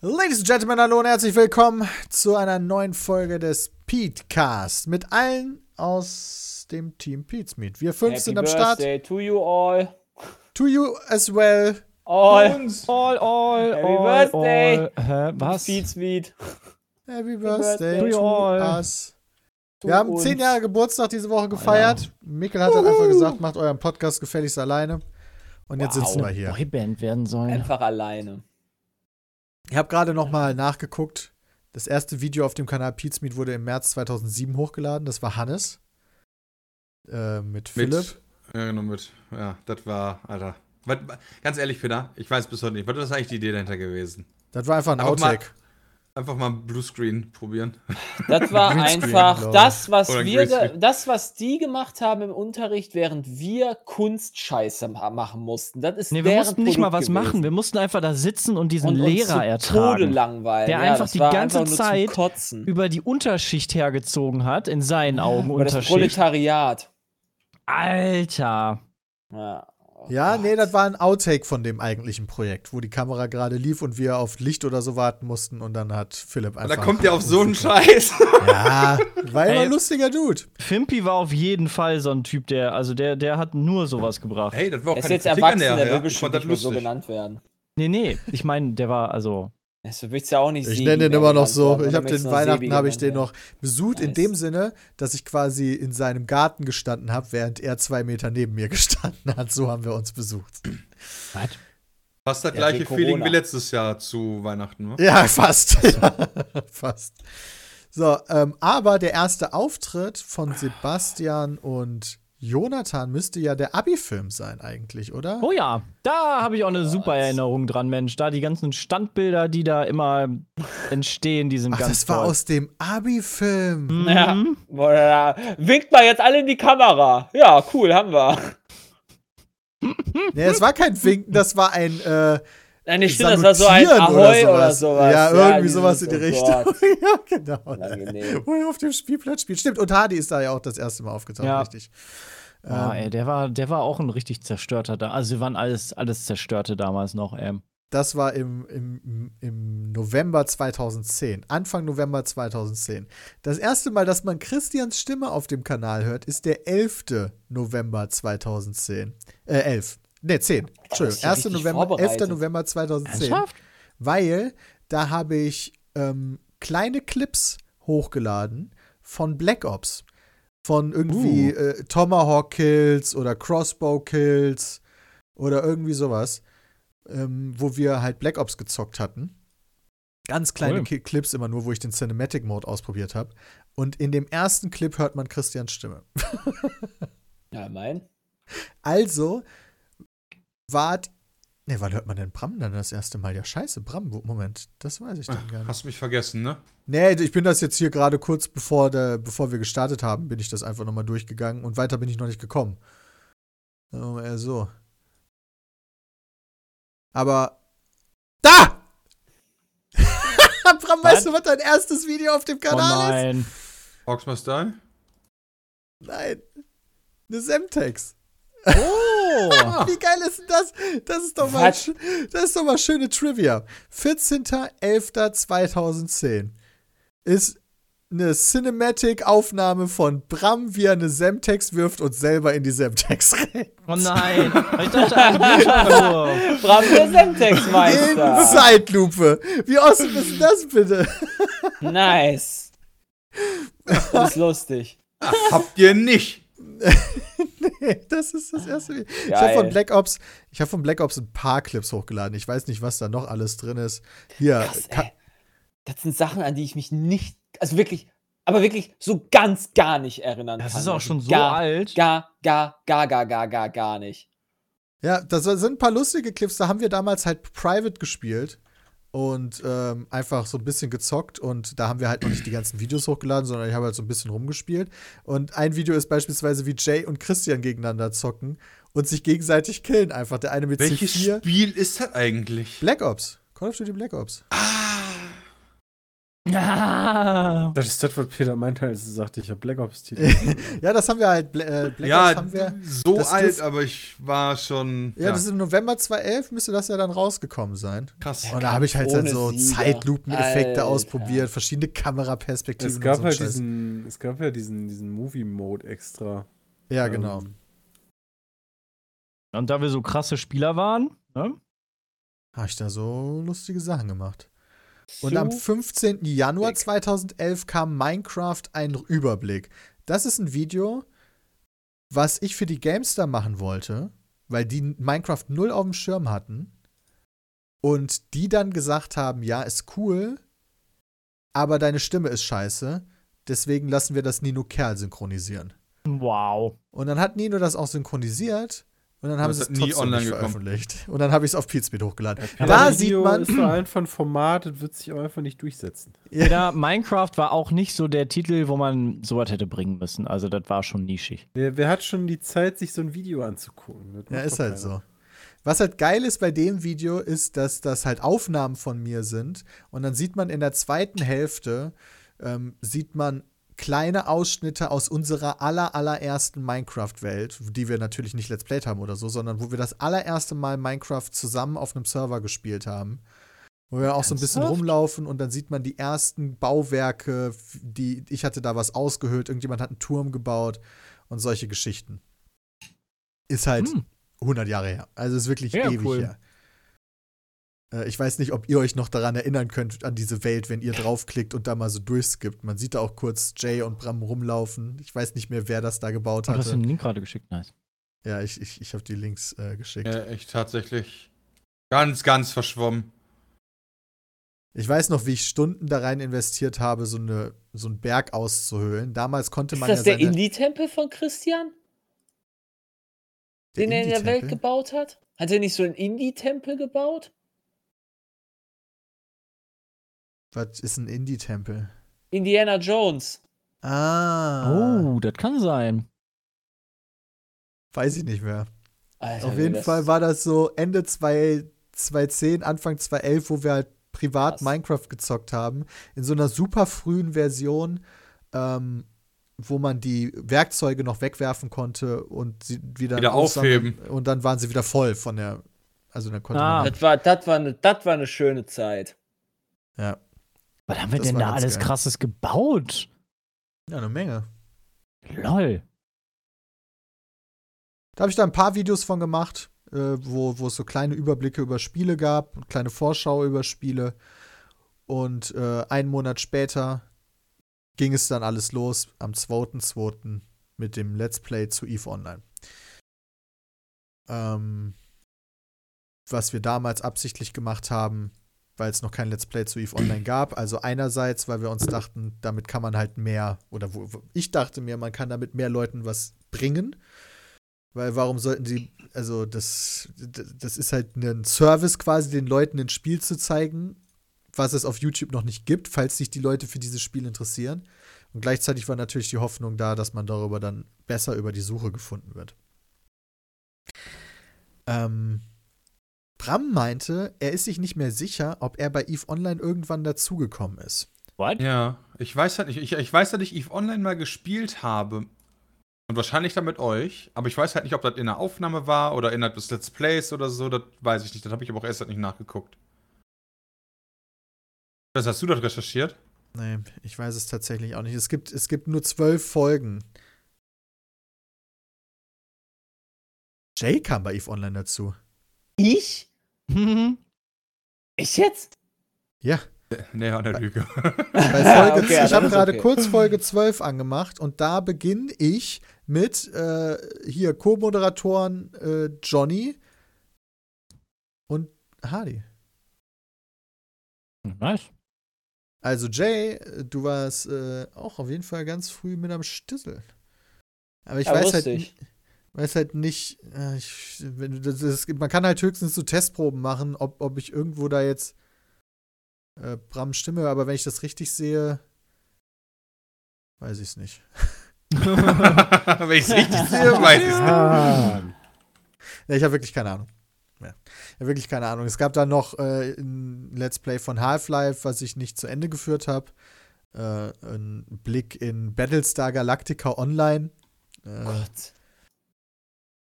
Ladies and Gentlemen, hallo und herzlich willkommen zu einer neuen Folge des Petecast mit allen aus dem Team Pete's Meet. Wir fünf sind am Start. Birthday to you all. To you as well. All. All, all, Happy all, Birthday. all. Hä, was? Feed sweet. Happy Birthday birthday to to all. us. Wir haben uns. zehn Jahre Geburtstag diese Woche gefeiert. Mikkel hat dann einfach gesagt, macht euren Podcast gefälligst alleine. Und jetzt sitzen wir hier. Boyband werden sollen. Einfach alleine. Ich habe gerade nochmal nachgeguckt. Das erste Video auf dem Kanal Pete's Meet wurde im März 2007 hochgeladen. Das war Hannes. Äh, mit Philipp. Mit, ja, genau, mit. Ja, das war, Alter. Was, ganz ehrlich, Peter, ich weiß bis heute nicht. Was ist eigentlich die Idee dahinter gewesen? Das war einfach ein Aber mal- Outtake. Einfach mal ein Bluescreen probieren. Das war Greenscreen, einfach glaub das, was Oder wir, ge- Greenscreen. das, was die gemacht haben im Unterricht, während wir Kunstscheiße ma- machen mussten. Das ist Nee, wir deren mussten nicht mal Produkt was machen. gewesen. Wir mussten einfach da sitzen und diesen Und uns Lehrer zu Tode ertragen. langweilen. Der ja, einfach das die war ganze einfach nur Zeit zum Kotzen. Über die Unterschicht hergezogen hat, in seinen Augen Über das Unterschicht. Proletariat. Alter. Ja, Oh Ja, Gott. nee, das war ein Outtake von dem eigentlichen Projekt, wo die Kamera gerade lief und wir auf Licht oder so warten mussten und dann hat Philipp Und einfach. da kommt ihr auf so einen Scheiß. Ja, war immer Ey. ein lustiger Dude. Fimpi war auf jeden Fall so ein Typ, der, also der, der hat nur sowas gebracht. Hey, das war auch Er ist keine jetzt Kritik an erwachsen, der will ja. Ich fand bestimmt das nicht mehr so lustig. genannt werden. Nee, nee. Ich meine, der war, also. Das willst du ja auch nicht Ich Sebi nenne den mehr immer noch genannt so. werden, Ich oder habe den möchtest du Sebi Weihnachten habe ich genannt den werden? noch besucht in Nice. dem Sinne, dass ich quasi in seinem Garten gestanden habe, während er zwei Meter neben mir gestanden hat. So haben wir uns besucht. Was? Fast das Ja, gleiche wegen Feeling Corona. wie letztes Jahr zu Weihnachten, ne? Ja, fast. fast. So, ähm, aber der erste Auftritt von Sebastian und Jonathan müsste ja der Abi-Film sein eigentlich, oder? Oh ja, da habe ich auch eine super Erinnerung dran, Mensch. Da die ganzen Standbilder, die da immer entstehen, die sind Ach, ganz das war toll. aus dem Abi-Film. Mhm. Ja. Oder winkt mal jetzt alle in die Kamera. Ja, cool, haben wir. Nee, das war kein Winken, das war ein äh, Nein, nicht stimmt, das war so ein Salutieren Ahoi oder sowas. Ja, irgendwie sowas in die dieses, oh Richtung. Gott. ja, genau. Unangenehm. Wo er auf dem Spielplatz spielt. Stimmt, und Hardy ist da ja auch das erste Mal aufgetaucht, Ja. richtig. Ah, Ähm, ey, der war, der war auch ein richtig zerstörter da. Also, wir waren alles, alles zerstörte damals noch, ähm. das war im, im, im November 2010, Anfang November 2010. Das erste Mal, dass man Christians Stimme auf dem Kanal hört, ist der 11. November 2010. Äh, 11. Ne, 10. Entschuldigung. ja 1. richtig November, 11. vorbereitet. November 2010. Ernsthaft? Weil da habe ich ähm, kleine Clips hochgeladen von Black Ops. Von irgendwie äh, Tomahawk Kills oder Crossbow Kills oder irgendwie sowas, ähm, wo wir halt Black Ops gezockt hatten. Ganz kleine Cool. Ki- Clips immer nur, wo ich den Cinematic Mode ausprobiert habe. Und in dem ersten Clip hört man Christians Stimme. Ja, mein. Also wart. Ne, wann hört man denn Bram dann das erste Mal? Ja, scheiße, Bram, wo, Moment, das weiß ich dann gar nicht. Hast mich vergessen, ne? Nee, ich bin das jetzt hier gerade kurz bevor, der, bevor wir gestartet haben, bin ich das einfach nochmal durchgegangen und weiter bin ich noch nicht gekommen. Oh, eher so. Aber. Da! Bram, Was? weißt du, was dein erstes Video auf dem Oh Kanal ist? nein. Hawks Must Die? Nein. Eine Semtex. Oh! Ah. Wie geil ist denn das? Das ist doch mal, Was? sch- das ist doch mal schöne Trivia. 14.11.2010 ist eine Cinematic-Aufnahme von Bram, wie er eine Semtex wirft und selber in die Semtex rennt. Oh nein. Ich dachte, ein Bram der In Semtex-Meister. Zeitlupe. Wie awesome ist denn das bitte? Nice. Das ist lustig. Habt ihr nicht. das ist das erste Video. Ich Geil. habe von Black Ops, ich habe von Black Ops ein paar Clips hochgeladen. Ich weiß nicht, was da noch alles drin ist. Hier, Krass, Ka- ey. Das sind Sachen, an die ich mich nicht, also wirklich, aber wirklich so ganz gar nicht erinnern Das kann. ist auch Also schon so gar, alt. Gar, gar, gar, gar, gar, gar, gar nicht. Ja, das sind ein paar lustige Clips. Da haben wir damals halt Private gespielt. und ähm, einfach so ein bisschen gezockt und da haben wir halt noch nicht die ganzen Videos hochgeladen, sondern ich habe halt so ein bisschen rumgespielt. Und ein Video ist beispielsweise, wie Jay und Christian gegeneinander zocken und sich gegenseitig killen einfach. Der eine mit Welches C4. Spiel ist das eigentlich? Black Ops. Call of Duty Black Ops. Ah, Das ist das, was Peter meinte, als er sagte, ich habe Black Ops-Titel. Ja, das haben wir halt. Bla äh, Black ja, Ops haben wir. so das alt, dürf- aber ich war schon Ja, ja, das ist im November 2011 müsste das ja dann rausgekommen sein. krass. Und da habe ich halt, Ohne halt so Sieger. Zeitlupeneffekte Alter. ausprobiert, verschiedene Kameraperspektiven es gab und so halt einen Scheiß. diesen, es gab ja diesen, diesen Movie-Mode extra. Ja, genau. Ähm, Und da wir so krasse Spieler waren, ne? Habe ich da so lustige Sachen gemacht. Und So am 15. Januar dick. 2011 kam Minecraft ein Überblick. Das ist ein Video, was ich für die Gamestar machen wollte, weil die Minecraft null auf dem Schirm hatten. Und die dann gesagt haben, ja, ist cool, aber deine Stimme ist scheiße. Deswegen lassen wir das Nino Kerl synchronisieren. Wow. Und dann hat Nino das auch synchronisiert. Und dann haben Das sie es hat nie trotzdem online nicht gekommen. veröffentlicht. Und dann habe ich es auf Peatspeed hochgeladen. aber da das sieht Video man. Ist da einfach ein Format, das wird sich auch einfach nicht durchsetzen. Ja, Minecraft war auch nicht so der Titel, wo man sowas hätte bringen müssen. Also das war schon nischig. Wer, wer hat schon die Zeit, sich so ein Video anzugucken? Das Ja, macht ist doch halt keiner. so. Was halt geil ist bei dem Video, ist, dass das halt Aufnahmen von mir sind. Und dann sieht man in der zweiten Hälfte, ähm, sieht man kleine Ausschnitte aus unserer aller, allerersten Minecraft-Welt, die wir natürlich nicht Let's Played haben oder so, sondern wo wir das allererste Mal Minecraft zusammen auf einem Server gespielt haben. Wo wir auch so ein bisschen Ernsthaft? rumlaufen und dann sieht man die ersten Bauwerke, die ich hatte da was ausgehöhlt, irgendjemand hat einen Turm gebaut und solche Geschichten. Ist halt Hm. 100 Jahre her. Also ist wirklich Ja, ewig cool. her. Äh, Ich weiß nicht, ob ihr euch noch daran erinnern könnt, an diese Welt, wenn ihr draufklickt und da mal so durchskippt. Man sieht da auch kurz Jay und Bram rumlaufen. Ich weiß nicht mehr, wer das da gebaut Du hast hatte. den Link gerade geschickt, nice. Ja, ich, ich, ich habe die Links äh, geschickt. Äh, ich tatsächlich ganz, ganz verschwommen. Ich weiß noch, wie ich Stunden da rein investiert habe, so, eine, so einen Berg auszuhöhlen. Damals konnte Ist man das ja der seine, Indie-Tempel von Christian, der den er in der Welt Indie-Tempel? gebaut hat? Hat er nicht so einen Indie-Tempel gebaut? Was ist ein Indie-Tempel? Indiana Jones. Ah, Oh, das kann sein. weiß ich nicht mehr. Alter, Auf wie jeden das- Fall war das so Ende 2 2010, Anfang 2011, wo wir halt privat Krass. Minecraft gezockt haben. In so einer super frühen Version, ähm, wo man die Werkzeuge noch wegwerfen konnte und sie wieder, Wieder aufsammeln. Und dann waren sie wieder voll von der. Also dann konnte Ah. man. Das war, das war, eine, das war eine schöne Zeit. Ja. Was haben wir Das denn war da ganz alles geil. krasses gebaut? ja, eine Menge. Lol. Da habe ich da ein paar Videos von gemacht, äh, wo, wo es so kleine Überblicke über Spiele gab, und kleine Vorschau über Spiele. Und äh, einen Monat später ging es dann alles los, am 2.2. mit dem Let's Play zu EVE Online. Ähm, was wir damals absichtlich gemacht haben, weil es noch kein Let's Play zu EVE Online gab. Also einerseits, weil wir uns dachten, damit kann man halt mehr, oder wo, wo, ich dachte mir, man kann damit mehr Leuten was bringen. Weil warum sollten sie, also das, das das ist halt ein Service quasi, den Leuten ein Spiel zu zeigen, was es auf YouTube noch nicht gibt, falls sich die Leute für dieses Spiel interessieren. Und gleichzeitig war natürlich die Hoffnung da, dass man darüber dann besser über die Suche gefunden wird. Ähm, Bram meinte, er ist sich nicht mehr sicher, ob er bei EVE Online irgendwann dazugekommen ist. What? Ja, ich weiß halt nicht. Ich, ich weiß, dass ich Eve Online mal gespielt habe. Und wahrscheinlich dann mit euch. Aber ich weiß halt nicht, ob das in der Aufnahme war oder innerhalb des Let's Plays oder so. Das weiß ich nicht. Das habe ich aber auch erst halt nicht nachgeguckt. Was hast du dort recherchiert? Nee, ich weiß es tatsächlich auch nicht. Es gibt, es gibt nur zwölf Folgen. Jay kam bei EVE Online dazu. Ich? Ich jetzt? Ja, Nee, an der Lüge. bei Folge Okay, ja, ich dann habe ist gerade okay. kurz Folge 12 angemacht und da beginne ich mit äh, hier Co-Moderatoren äh, Johnny und Hardy. nice. Also Jay, äh, du warst äh, auch auf jeden Fall ganz früh mit am Stissel. Aber ich Ja, weiß wusste halt, ich. weiß halt nicht, äh, ich, wenn du, das, das, man kann halt höchstens so Testproben machen, ob, ob ich irgendwo da jetzt äh, Brams Stimme, aber wenn ich das richtig sehe, weiß ich es nicht. Wenn ich es richtig sehe, weiß ich es nicht. Ah, halt Ja, ich habe wirklich keine Ahnung. Ja. ja, wirklich keine Ahnung. Es gab da noch äh, ein Let's Play von Half-Life, was ich nicht zu Ende geführt habe. Äh, ein Blick in Battlestar Galactica Online. Äh, Gott.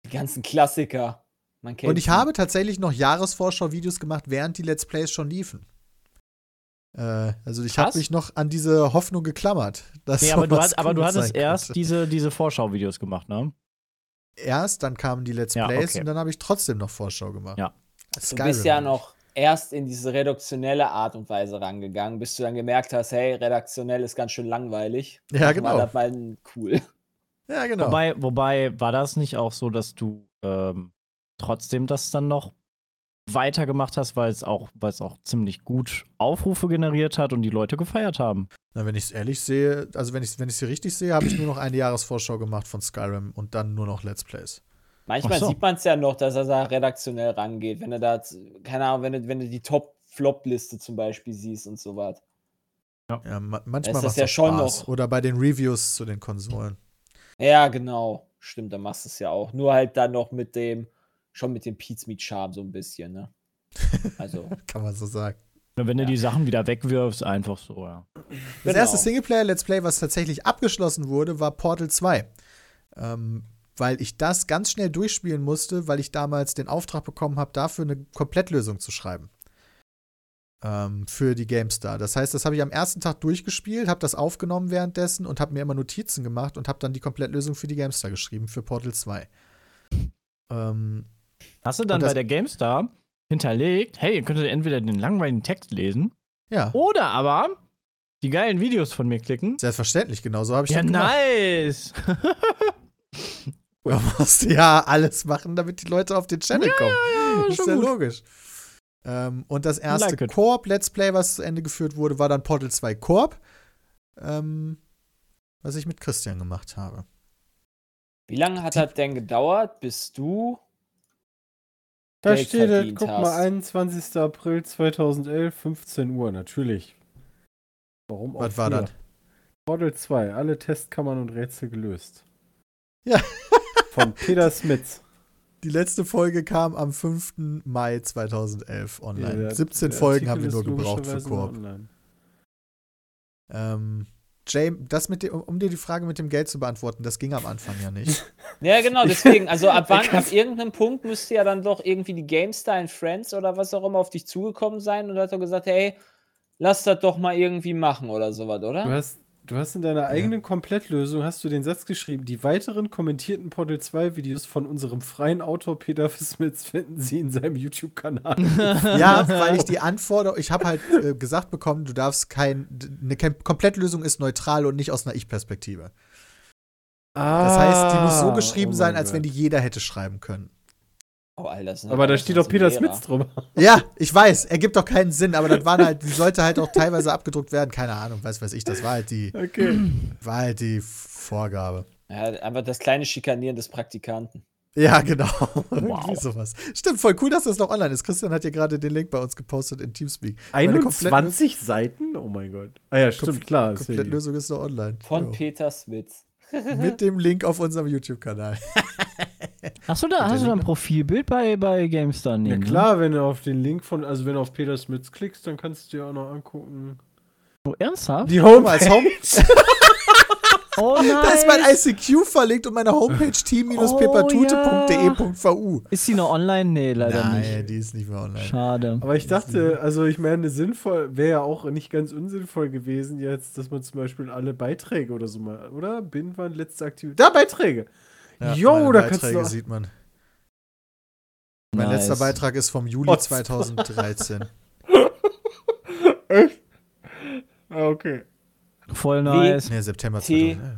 Die ganzen Klassiker. Man kennt Und ich sie. habe tatsächlich noch Jahresvorschau-Videos gemacht, während die Let's Plays schon liefen. Äh, also ich Krass. habe mich noch an diese Hoffnung geklammert. Dass Nee, aber du, sowas hast, aber du Cooles hattest sein erst könnte. diese, diese Vorschau-Videos gemacht, ne? erst, dann kamen die Let's Ja, Plays okay. und dann habe ich trotzdem noch Vorschau gemacht. Ja. Du bist ja noch erst in diese redaktionelle Art und Weise rangegangen, bis du dann gemerkt hast, hey, redaktionell ist ganz schön langweilig. Ja, Mach Mal genau. das mal ein- cool. Ja, genau. Wobei, wobei, war das nicht auch so, dass du ähm, trotzdem das dann noch weitergemacht hast, weil es auch, weil es auch ziemlich gut Aufrufe generiert hat und die Leute gefeiert haben? Na, wenn ich es ehrlich sehe, also wenn ich es wenn ich's hier richtig sehe, habe ich nur noch eine Jahresvorschau gemacht von Skyrim und dann nur noch Let's Plays. Manchmal Ach so. sieht man es ja noch, dass er da redaktionell rangeht, wenn er da, z- keine Ahnung, wenn du, wenn du die Top-Flop-Liste zum Beispiel siehst und so was. Ja, ma Ist manchmal das macht ja schon Spaß. noch- Oder bei den Reviews zu den Konsolen. Ja, genau. Stimmt, dann machst du es ja auch. Nur halt dann noch mit dem, schon mit dem Pizza Meat Charme so ein bisschen, ne? Also, Kann man so sagen. Wenn Ja. du die Sachen wieder wegwirfst, einfach so, ja. Das Genau. erste Singleplayer-Let's Play, was tatsächlich abgeschlossen wurde, war Portal 2. Ähm, weil ich das ganz schnell durchspielen musste, weil ich damals den Auftrag bekommen habe, dafür eine Komplettlösung zu schreiben. Ähm, für die GameStar. Das heißt, das habe ich am ersten Tag durchgespielt, habe das aufgenommen währenddessen und habe mir immer Notizen gemacht und habe dann die Komplettlösung für die GameStar geschrieben, für Portal 2. Ähm, Hast du dann Und das- bei der GameStar hinterlegt, hey, ihr könntet entweder den langweiligen Text lesen ja, oder aber die geilen Videos von mir klicken. selbstverständlich, genau so habe ich Ja, das gemacht. nice! Du musst ja alles machen, damit die Leute auf den Channel kommen. ist schon ja gut. logisch. Ähm, und das erste Like it. Koop-Let's Play, was zu Ende geführt wurde, war dann Portal 2 Koop, ähm, was ich mit Christian gemacht habe. wie lange hat das denn gedauert, bis du da Geld steht, es, verdient guck hast. mal, 21. April 2011, 15 Uhr, natürlich. Warum auch Was war früher? das? Model 2, alle Testkammern und Rätsel gelöst. Ja. Von Peter Smits. Die letzte Folge kam am 5. Mai 2011 online. Der- 17 der Folgen Artikel haben wir ist nur gebraucht für logischerweise Koop. online. Ähm, James, das mit dem, um- um dir die Frage mit dem Geld zu beantworten, das ging am Anfang ja nicht. Ja, genau, deswegen. Also ab wann, ab irgendeinem Punkt müsste ja dann doch irgendwie die GameStar in Friends oder was auch immer auf dich zugekommen sein und hat doch gesagt, hey, lass das doch mal irgendwie machen oder sowas, Du oder? hast, du hast in deiner eigenen Komplettlösung hast du den Satz geschrieben, die weiteren kommentierten Portal 2 Videos von unserem freien Autor Peter Smits finden Sie in seinem YouTube-Kanal. ja, weil ich die Anforderung, ich habe halt äh, gesagt bekommen, du darfst kein, d- eine Kem- Komplettlösung ist neutral und nicht aus einer Ich-Perspektive. Das heißt, die Ah. muss so Oh geschrieben sein, als wenn die jeder hätte schreiben können. Oh, all das. Aber da steht doch Peter Smits drüber. Ja, ich weiß, ergibt doch keinen Sinn, aber das waren halt, die sollte halt auch teilweise abgedruckt werden, keine Ahnung, weiß weiß ich, das war halt die, Okay. war halt die Vorgabe. Ja, einfach das kleine Schikanieren des Praktikanten. Ja, genau. Irgendwie sowas. Stimmt, voll cool, dass das noch online ist. Christian hat hier gerade den Link bei uns gepostet in Teamspeak. Meine komplette- 21 Seiten? Oh mein Gott. Ah ja, stimmt, klar. ist hier die- Komplettlösung ist noch online. Von Jo. Peter Smits. Mit dem Link auf unserem YouTube-Kanal. Hast du da, hast du da ein Profilbild bei, bei GameStar ne? Ja nehmen? klar, wenn du auf den Link von, also wenn du auf Peter Smits klickst, dann kannst du dir auch noch angucken. Oh, ernsthaft? Die Home Als Home Oh nein! da ist mein ICQ verlinkt und meine Oh, Homepage team-pepatute.de.vu. Ist die noch online? Nee, leider Nein, nicht. die ist nicht mehr online. Schade. Aber ich dachte, also ich meine, sinnvoll wäre ja auch nicht ganz unsinnvoll gewesen jetzt, dass man zum Beispiel alle Beiträge oder so mal, oder? Bin waren letzte Aktivität. Da Beiträge! Jo, meine da kannst Beiträge du. sieht man. Mein Nice. letzter Beitrag ist vom Juli Hotspot. 2013. Echt? Ah, okay. Voll nice. ne, September T. 2011.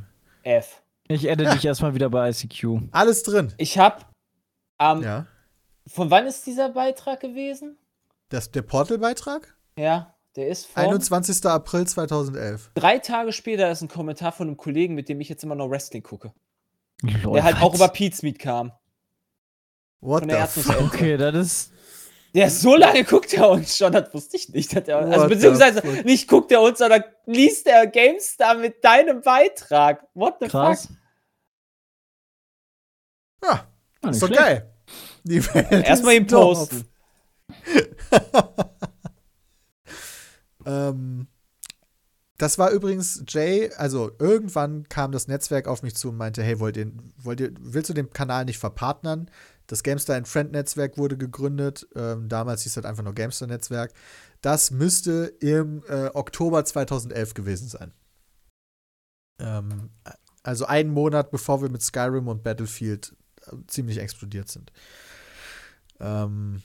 F. Ich adde dich erstmal wieder bei ICQ. Alles drin. Ich hab am. Ja. Von wann ist dieser Beitrag gewesen? Das, der Portal-Beitrag? Ja, der ist von. 21. April 2011. Drei Tage später ist ein Kommentar von einem Kollegen, mit dem ich jetzt immer noch Wrestling gucke. Lol, Oh, Der halt auch was? über Pizza Meat kam. What Von the der fuck? Erdnussente. Okay, das ist Der so lange guckt er uns schon, das wusste ich nicht. Dass er, also What the beziehungsweise fuck? nicht guckt er uns, sondern liest er GameStar mit deinem Beitrag. What the Krass. fuck? Ja, Ja, Ah, nicht ist doch schlecht. geil. Die Welt Ah, Erstmal ist ihn doof. posten. ähm, das war übrigens Jay, also irgendwann kam das Netzwerk auf mich zu und meinte, hey, wollt ihr, wollt ihr, willst du den Kanal nicht verpartnern? Das Gamestar and Friend Netzwerk wurde gegründet. Ähm, damals hieß das einfach nur Gamestar Netzwerk. Das müsste im äh, Oktober 2011 gewesen sein. Ähm, also einen Monat bevor wir mit Skyrim und Battlefield äh, ziemlich explodiert sind. Ähm,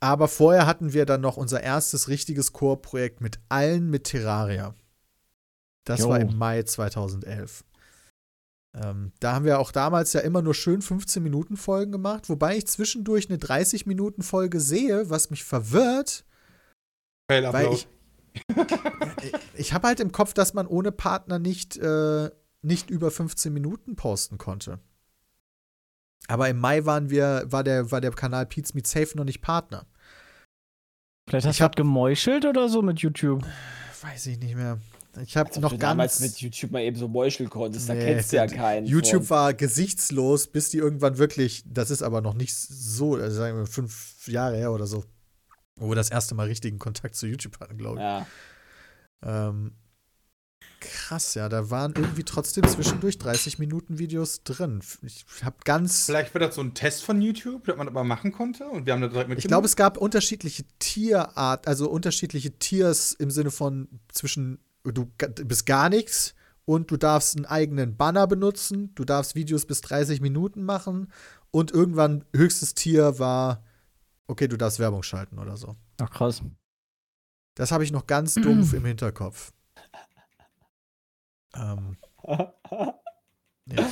aber vorher hatten wir dann noch unser erstes richtiges Core-Projekt mit allen mit Terraria. Das Jo. war im Mai 2011. Ähm, da haben wir auch damals ja immer nur schön 15-Minuten-Folgen gemacht, wobei ich zwischendurch eine 30-Minuten-Folge sehe, was mich verwirrt, Fail weil Upload. ich, ich habe halt im Kopf, dass man ohne Partner nicht, äh, nicht über 15 Minuten posten konnte. Aber im Mai waren wir, war der, war der Kanal Pete's Meet Safe noch nicht Partner. Vielleicht hast Ich du hab- halt gemeuchelt oder so mit YouTube. Weiß ich nicht mehr. Ich habe Als ob noch du ganz. damals mit YouTube mal eben so meucheln konntest, da Nee, kennst du ja keinen. YouTube von. war gesichtslos, bis die irgendwann wirklich, das ist aber noch nicht so, also sagen wir fünf Jahre her oder so, wo wir das erste Mal richtigen Kontakt zu YouTube hatten, glaube ich. Ja. Ähm, krass, ja, da waren irgendwie trotzdem zwischendurch 30 Minuten Videos drin. Ich habe ganz. Vielleicht war das so ein Test von YouTube, dass man das mal machen konnte und wir haben da direkt mit. Ich glaube, es gab unterschiedliche Tierart, also unterschiedliche Tiers im Sinne von zwischen du ga- bist gar nichts und du darfst einen eigenen Banner benutzen, du darfst Videos bis 30 Minuten machen und irgendwann höchstes Tier war okay, du darfst Werbung schalten oder so. Ach krass. Das habe ich noch ganz dumpf im Hinterkopf. Ähm, Ja.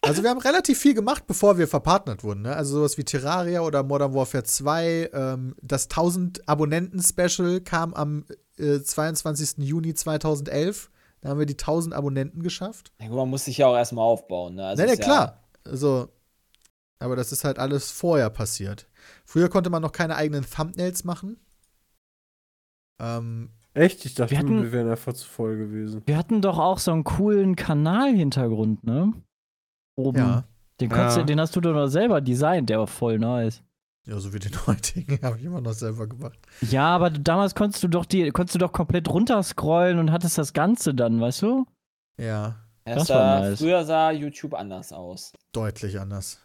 Also wir haben relativ viel gemacht, bevor wir verpartnert wurden. Ne? Also sowas wie Terraria oder Modern Warfare 2. Ähm, das 1000 Abonnenten-Special kam am äh, 22. Juni 2011. Da haben wir die 1000 Abonnenten geschafft. Na gut, man muss sich ja auch erstmal aufbauen. Ne? Also Also nee, nee, ist ja- klar. Also, aber das ist halt alles vorher passiert. Früher konnte man noch keine eigenen Thumbnails machen. Ähm, Echt? Ich dachte, Wir wir, hatten- wären einfach zu voll gewesen. Wir hatten doch auch so einen coolen Kanalhintergrund, ne? Oben. ja. Den, konntest Ja. du, den hast du doch noch selber designt, der war voll nice. ja, so wie den heutigen habe ich immer noch selber gemacht. Ja, aber du- damals konntest du doch die, konntest du doch komplett runterscrollen und hattest das Ganze dann, weißt du? Ja. Das Das sah, war nice. Früher sah YouTube anders aus. deutlich anders.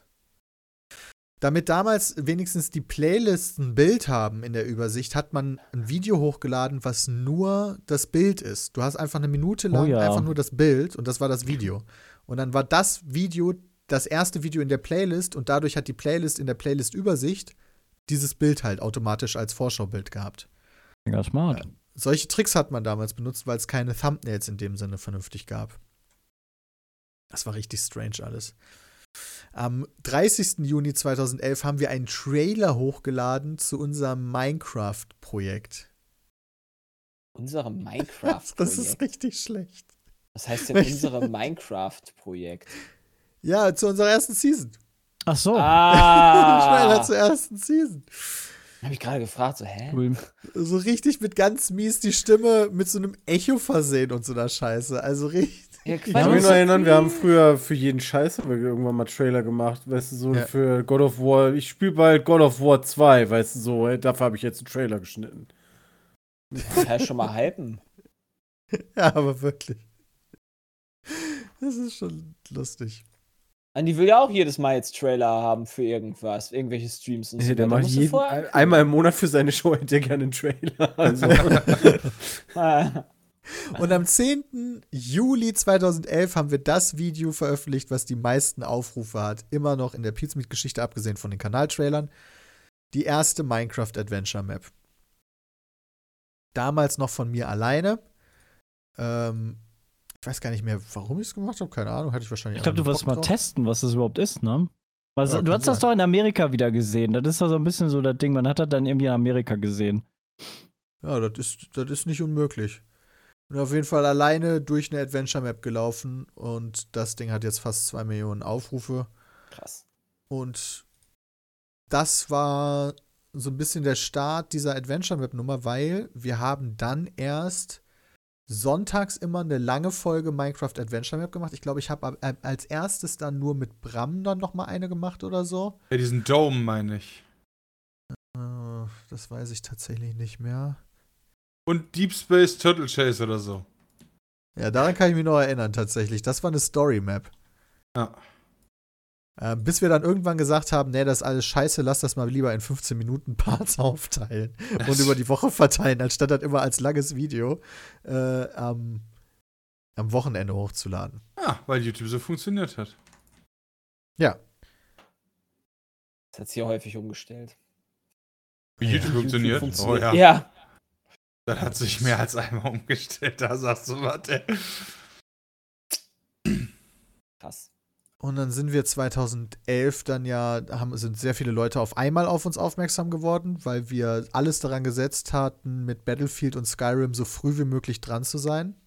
Damit damals wenigstens die Playlisten ein Bild haben in der Übersicht, hat man ein Video hochgeladen, was nur das Bild ist. Du hast einfach eine Minute lang Oh ja. einfach nur das Bild und das war das Video. Und dann war das Video das erste Video in der Playlist und dadurch hat die Playlist in der Playlist-Übersicht dieses Bild halt automatisch als Vorschaubild gehabt. Mega smart. Solche Tricks hat man damals benutzt, weil es keine Thumbnails in dem Sinne vernünftig gab. Das war richtig strange alles. Am 30. Juni 2011 haben wir einen Trailer hochgeladen zu unserem Minecraft-Projekt. Unsere Minecraft-Projekt. Das ist richtig schlecht. Was heißt denn unsere Minecraft-Projekt? Ja, zu unserer ersten Season. Ach Oh. so. Ah! Trailer zur ersten Season. Hab ich gerade gefragt, so, hä? Cool. So richtig mit ganz mies die Stimme mit so einem Echo versehen und so einer Scheiße. Also richtig. Ja, Ich kann mich uns- noch erinnern, wir haben früher für jeden Scheiß haben wir irgendwann mal Trailer gemacht, weißt du, so Ja. für God of War, ich spiele bald God of War 2, weißt du, so, ey, dafür habe ich jetzt einen Trailer geschnitten. Das heißt schon mal halten. Ja, aber wirklich. Das ist schon lustig. Andi will ja auch jedes Mal jetzt Trailer haben für irgendwas, irgendwelche Streams und so. der weiter. macht Musst du jeden, vorher- ein- einmal im Monat für seine Show hätte er gerne einen Trailer. Also, Ah, Und am 10. Juli 2011 haben wir das Video veröffentlicht, was die meisten Aufrufe hat. Immer noch in der Pizmeet-Geschichte, abgesehen von den Kanaltrailern. Die erste Minecraft Adventure Map. Damals noch von mir alleine. Ähm, ich weiß gar nicht mehr, warum ich es gemacht habe. Keine Ahnung, hatte ich wahrscheinlich. Ich glaube, du einfach wolltest Bock mal drauf. testen, was das überhaupt ist, ne? Was, Ja, du kann hast das sein. doch in Amerika wieder gesehen. Das ist doch so ein bisschen so das Ding. Man hat das dann irgendwie in Amerika gesehen. Ja, das ist, das ist nicht unmöglich. Bin auf jeden Fall alleine durch eine Adventure Map gelaufen und das Ding hat jetzt fast 2 Millionen Aufrufe. krass. Und das war so ein bisschen der Start dieser Adventure Map Nummer, weil wir haben dann erst sonntags immer eine lange Folge Minecraft Adventure Map gemacht. Ich glaube, ich habe ab- als erstes dann nur mit Bram dann noch mal eine gemacht oder so. Ja, diesen Dome meine ich. Äh, Das weiß ich tatsächlich nicht mehr. Und Deep Space Turtle Chase oder so. Ja, daran kann ich mich noch erinnern tatsächlich. Das war eine Story Map. Ja. Äh, bis wir dann irgendwann gesagt haben, nee, das ist alles scheiße, lass das mal lieber in 15 Minuten Parts aufteilen und über die Woche verteilen, anstatt das immer als langes Video äh, am, am Wochenende hochzuladen. Ja, weil YouTube so funktioniert hat. Das hat sich ja häufig umgestellt. Wie Ja. YouTube funktioniert? YouTube Oh funktioniert. ja. Ja, Dann hat sich mehr als einmal umgestellt. Da sagst du, warte. krass. Und dann sind wir 2011 dann ja, haben, sind sehr viele Leute auf einmal auf uns aufmerksam geworden, weil wir alles daran gesetzt hatten, mit Battlefield und Skyrim so früh wie möglich dran zu sein.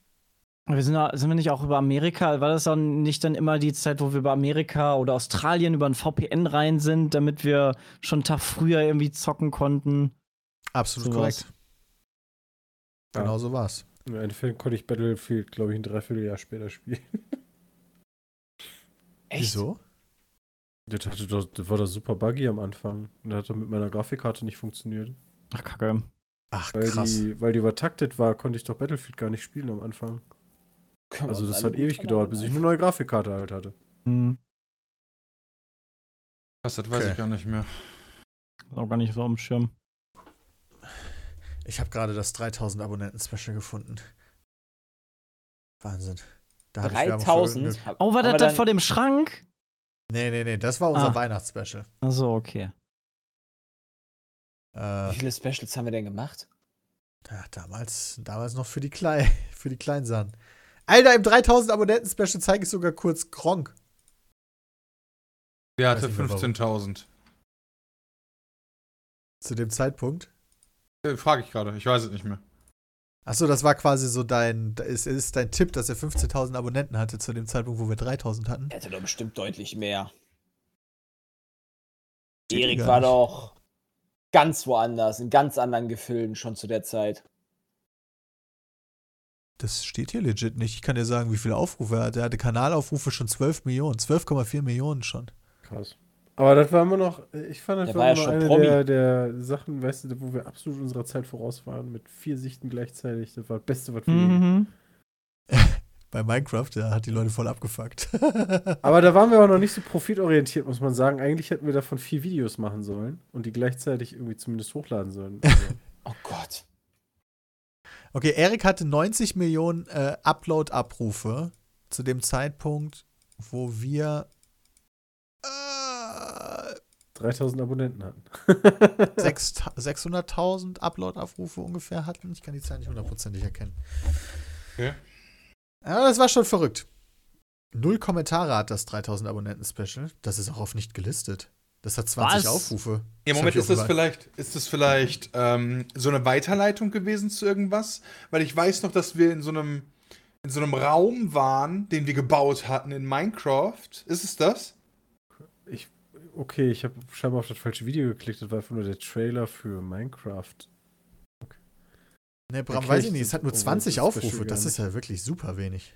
Wir sind, da- sind wir nicht auch über Amerika? War das dann nicht dann immer die Zeit, wo wir über Amerika oder Australien über ein VPN rein sind, damit wir schon einen Tag früher irgendwie zocken konnten? Absolut So war's. korrekt. Genau so war's. Im Endeffekt konnte ich Battlefield, glaube ich, ein Dreivierteljahr später spielen. Echt? Wieso? Das, hatte doch, das war doch super buggy am Anfang. Und das hat doch mit meiner Grafikkarte nicht funktioniert. Ach, kacke. Ach, Weil, krass. die, weil die übertaktet war, konnte ich doch Battlefield gar nicht spielen am Anfang. Können wir Also uns das Oh, alle hat ewig gut gedauert, bis ich eine neue Grafikkarte halt hatte. Hm. Das, das weiß Okay. ich gar nicht mehr. Auch gar nicht so am Schirm. Ich habe gerade das 3000 Abonnenten-Special gefunden. Wahnsinn. Da hab ich Werbung für 3000. irgendeine- Oh, war Aber das das dann- vor dem Schrank? Nee, nee, nee, das war unser Ah. Weihnachtsspecial. Achso, okay. Äh, Wie viele Specials haben wir denn gemacht? ja, damals, damals noch für die Klein, für die Kleinsahen. Alter, im 3000 Abonnenten-Special zeige ich sogar kurz Gronk. Der Weiß hatte nicht mehr, warum. 15.000. Zu dem Zeitpunkt. Äh, Frage ich gerade. Ich weiß es nicht mehr. Achso, das war quasi so dein, ist, ist dein Tipp, dass er 15.000 Abonnenten hatte zu dem Zeitpunkt, wo wir 3000 hatten. Der hatte doch bestimmt deutlich mehr. Steht hier Erik gar war nicht. doch ganz woanders, in ganz anderen Gefilden schon zu der Zeit. Das steht hier legit nicht. Ich kann dir sagen, wie viele Aufrufe er hatte. Er hatte Kanalaufrufe schon 12 Millionen, 12,4 Millionen schon. Krass. Aber das war immer noch, ich fand, das Der war, war ja immer schon eine Promi. der, der Sachen, weißt du, wo wir absolut unserer Zeit voraus waren, mit vier Sichten gleichzeitig. Das war das Beste, was wir je- Mhm. Bei Minecraft, der hat die Leute voll abgefuckt. Aber da waren wir auch noch nicht so profitorientiert, muss man sagen. Eigentlich hätten wir davon vier Videos machen sollen und die gleichzeitig irgendwie zumindest hochladen sollen. Also, Oh Gott. okay, Erik hatte 90 Millionen äh, Upload-Abrufe zu dem Zeitpunkt, wo wir äh, 3000 Abonnenten hatten. sechs- 600.000 Upload-Abrufe ungefähr hatten. Ich kann die Zahl nicht hundertprozentig erkennen. Okay. Ja, das war schon verrückt. Null Kommentare hat das 3000 Abonnenten-Special. Das ist auch auf nicht gelistet. Das hat 20 Was? Aufrufe. Im Das hab Moment ich ist das auch vielleicht, ist das vielleicht ähm, so eine Weiterleitung gewesen zu irgendwas, weil ich weiß noch, dass wir in so einem in so einem Raum waren, den wir gebaut hatten in Minecraft. Ist es das? Okay, ich habe scheinbar auf das falsche Video geklickt. Das war einfach nur der Trailer für Minecraft. Nee, Ne, Bram, Okay, weiß ich ich- nicht. Es hat nur oh, das 20 ist Aufrufe. bestimmt Das gar ist ja wirklich super wenig.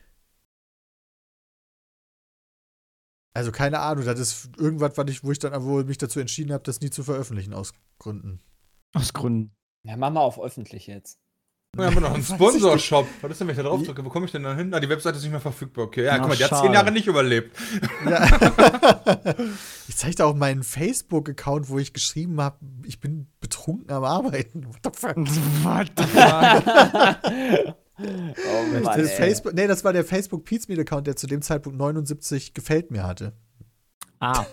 Also keine Ahnung, das ist irgendwas, was ich, wo ich dann wohl mich dazu entschieden habe, das nie zu veröffentlichen aus Gründen. Aus Gründen. Ja, mach mal auf öffentlich jetzt. Wir haben wir noch einen Weiß ich Sponsorshop. Was ist denn, wenn ich da drauf drücke? Wo komme ich denn da hin? Ah, die Webseite ist nicht mehr verfügbar. Okay, ja, Na, guck mal, der hat schade. zehn Jahre nicht überlebt. Ja. ich zeige da auch meinen Facebook-Account, wo ich geschrieben habe, ich bin betrunken am Arbeiten. What the fuck? What the Oh Mann, das, ey. Facebook, nee, das war der Facebook Pizmeet Account, der zu dem Zeitpunkt 79 gefällt mir hatte. Ah,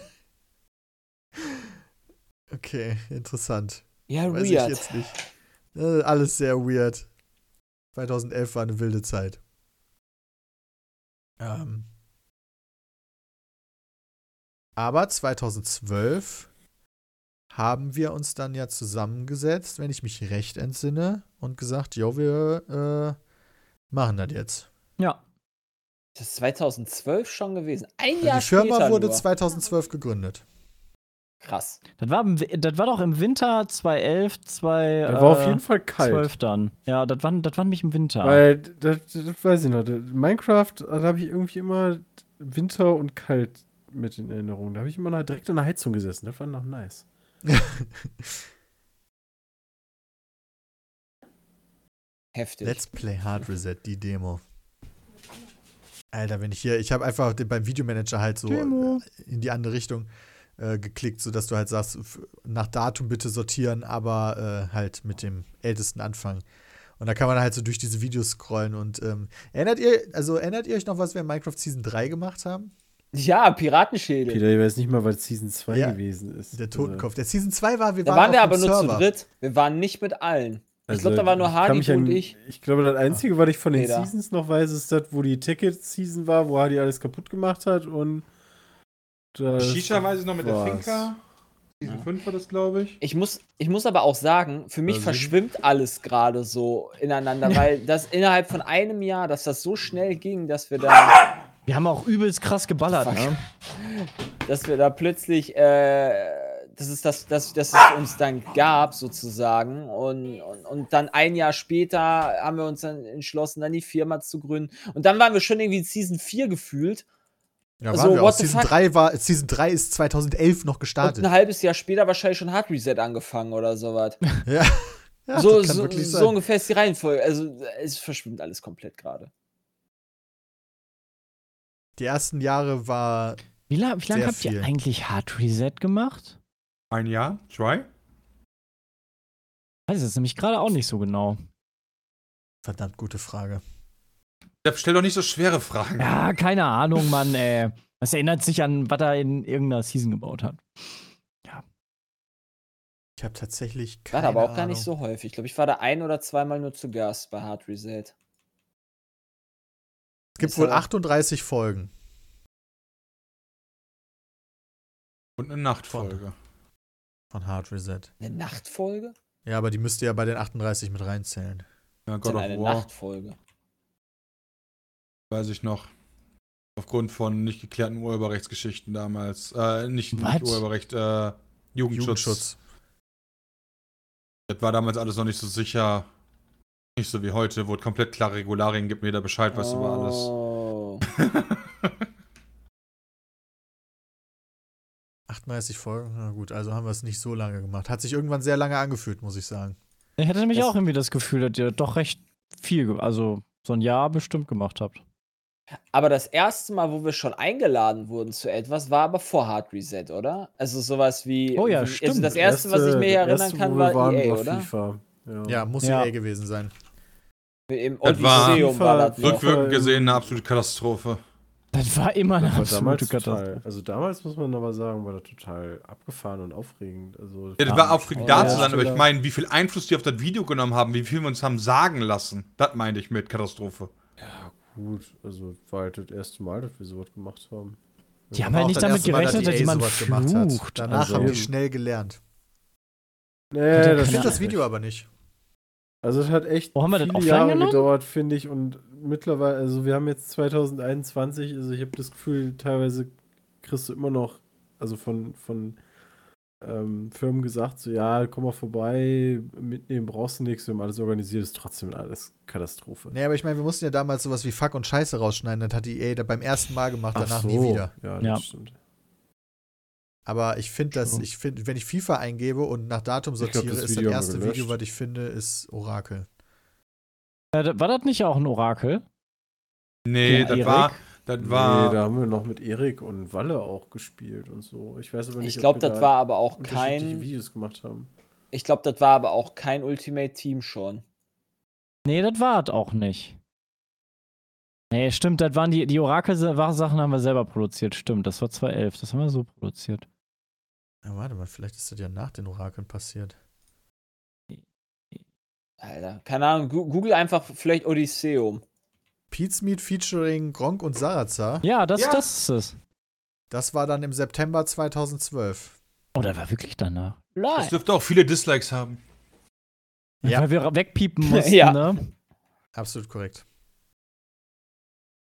Okay, interessant. Ja, Weiß weird. ich jetzt nicht. Äh, alles sehr weird. 2011 war eine wilde Zeit. Ähm. Aber 2012 haben wir uns dann ja zusammengesetzt, wenn ich mich recht entsinne, und gesagt, jo, wir äh, machen das jetzt. ja. Das ist 2012 schon gewesen. Ein Also Jahr die Firma später wurde nur. 2012 gegründet. Krass. Das war, im Wi- das war doch im Winter 2011, 2, Das war auf jeden Fall kalt. 12 dann. Ja, das war, das war nämlich im Winter. Weil, das, das weiß ich noch, das- Minecraft, da habe ich irgendwie immer Winter und kalt mit in Erinnerung. Da habe ich immer noch direkt in der Heizung gesessen. Das war noch nice. Heftig. Let's Play Hard Reset, die Demo. Alter, wenn ich hier, ich habe einfach den- beim Videomanager halt so Demo. äh, in die andere Richtung äh, geklickt, sodass du halt sagst, f- nach Datum bitte sortieren, aber äh, halt mit dem ältesten anfangen. Und da kann man halt so durch diese Videos scrollen und ähm, erinnert ihr, also erinnert ihr euch noch, was wir in Minecraft Season 3 gemacht haben? Ja, Piratenschädel. Peter, ich weiß nicht mal, was Season 2 Ja, gewesen ist. Also, Der Totenkopf. Der Season 2 war, wir da waren, waren wir auf aber dem nur Server. zu dritt. Wir waren nicht mit allen. ich glaube, da war nur Also, ich kann Hardy mich und an- ich. Ich glaube, das Einzige, was ich von den Peter. Seasons noch weiß, ist das, wo die Ticket-Season war, wo Hardy alles kaputt gemacht hat und. das Shisha weiß ich noch mit der war's. Finca. Season Ja. 5 war das, glaube ich. Ich muss, ich muss aber auch sagen, für mich Also- verschwimmt alles gerade so ineinander, weil das innerhalb von einem Jahr, dass das so schnell ging, dass wir da, Wir haben auch übelst krass geballert, ne? dass wir da plötzlich, äh, dass es das, dass, dass es uns dann gab sozusagen und, und, und dann ein Jahr später haben wir uns dann entschlossen, dann die Firma zu gründen und dann waren wir schon irgendwie in Season 4 gefühlt Ja, Also, waren wir auch. what the Season fuck? 3 war, Season 3 ist 2011 noch und gestartet. ein halbes Jahr später wahrscheinlich schon Hard Reset angefangen oder sowas. Ja. ja so, das kann so, wirklich so sein. ungefähr ist die Reihenfolge. Also es verschwimmt alles komplett gerade. Die ersten Jahre war Wie, la wie lange Sehr habt viel. ihr eigentlich Hard Reset gemacht? Ein Jahr? Try? Weiß es nämlich gerade auch nicht so genau. verdammt gute Frage. Depp, Stell doch nicht so schwere Fragen. Ja, keine Ahnung, Mann, ey. Das erinnert sich an, was er in irgendeiner Season gebaut hat. Ich habe tatsächlich keine War da aber auch Ahnung. gar nicht so häufig. Ich glaube, ich war da ein oder zweimal nur zu Gast bei Hard Reset. Es gibt Ist wohl aber- 38 Folgen. Und eine Nachtfolge. Von Hard Reset. Eine Nachtfolge? Oh Ja, aber die müsst ihr ja bei den 38 mit reinzählen. Ja, Das God ist of eine War, Nachtfolge. weiß ich noch. Aufgrund von nicht geklärten Urheberrechtsgeschichten damals. Äh, nicht, nicht Was? Urheberrecht, äh, Jugendschutz. Jugendschutz. Das war damals alles noch nicht so sicher. Nicht so wie heute, wo es komplett klare Regularien gibt, mir da Bescheid, weißt du, über alles. Oh. Ach, 38 Folgen, na gut, also haben wir es nicht so lange gemacht. Hat sich irgendwann sehr lange angefühlt, muss ich sagen. Ich hatte nämlich Das- auch irgendwie das Gefühl, dass ihr doch recht viel, ge- also so ein Jahr bestimmt gemacht habt. Aber das erste Mal, wo wir schon eingeladen wurden zu etwas, war aber vor Hard Reset, oder? Also sowas wie. Oh wie, ja, Also stimmt. das erste, was ich mir hier erinnern erste, kann, wo war wir waren, EA, war oder? FIFA. Ja. Ja, muss Ja. EA gewesen sein. Im Das war- Odysseum war, das noch. Rückwirkend gesehen eine absolute Katastrophe. Das war immer eine Das war absolute damals total, Katastrophe. also damals muss man aber sagen, war das total abgefahren und aufregend. Also Ja, das war aufregend da Oh, zu ja. sein, aber ich meine, wie viel Einfluss die auf das Video genommen haben, wie viel wir uns haben sagen lassen. Das meinte ich mit Katastrophe. gut. Also war halt das erste Mal, dass wir sowas gemacht haben. Die haben War halt auch nicht das damit erste Mal, E gerechnet, dass EA jemand sowas flucht. Danach also, haben die eben. schnell gelernt. Ich Nee, Ich Ja. finde das Video aber nicht. Also es hat echt Wo haben wir das viele offline Jahre genommen? gedauert, finde ich. Und mittlerweile, also wir haben jetzt 2021, also ich habe das Gefühl, teilweise kriegst du immer noch, also von, von ähm, Firmen gesagt, so ja, komm mal vorbei, mitnehmen brauchst du nichts, wir haben alles organisiert, ist trotzdem alles Katastrophe. Nee, aber ich meine, wir mussten ja damals sowas wie Fuck und Scheiße rausschneiden. Das hat die EA da beim ersten Mal gemacht, danach nie wieder. Ja, das Ja. stimmt. Aber ich finde das, True. ich finde, wenn ich FIFA eingebe und nach Datum Ich glaub, sortiere, das ist das Video haben wir erste Video, gelöscht. was ich finde, ist Orakel. äh, da- war das nicht auch ein Orakel? Nee, Ja, das Erik? war. Das war. nee, da haben wir noch mit Erik und Walle auch gespielt und so. Ich weiß aber nicht, Ich glaube, ob wir das da war aber auch unterschiedliche kein. Videos gemacht haben. Ich glaube, das war aber auch kein Ultimate Team schon. Nee, das war das auch nicht. Nee, stimmt, das waren die, die Orakel-Sachen haben wir selber produziert, stimmt. Das war 2011, das haben wir so produziert. Ja, warte mal, vielleicht ist das ja nach den Orakeln passiert. Alter, keine Ahnung, gu- google einfach vielleicht Odysseum. Pete's Meet featuring Gronk und Sarazar. Ja, das, Ja. das ist es. Das war dann im September 2012. Oh, das war wirklich danach. Das Nein. dürfte auch viele Dislikes haben. Ja. Weil wir wegpiepen mussten, Ja. ne? Absolut korrekt.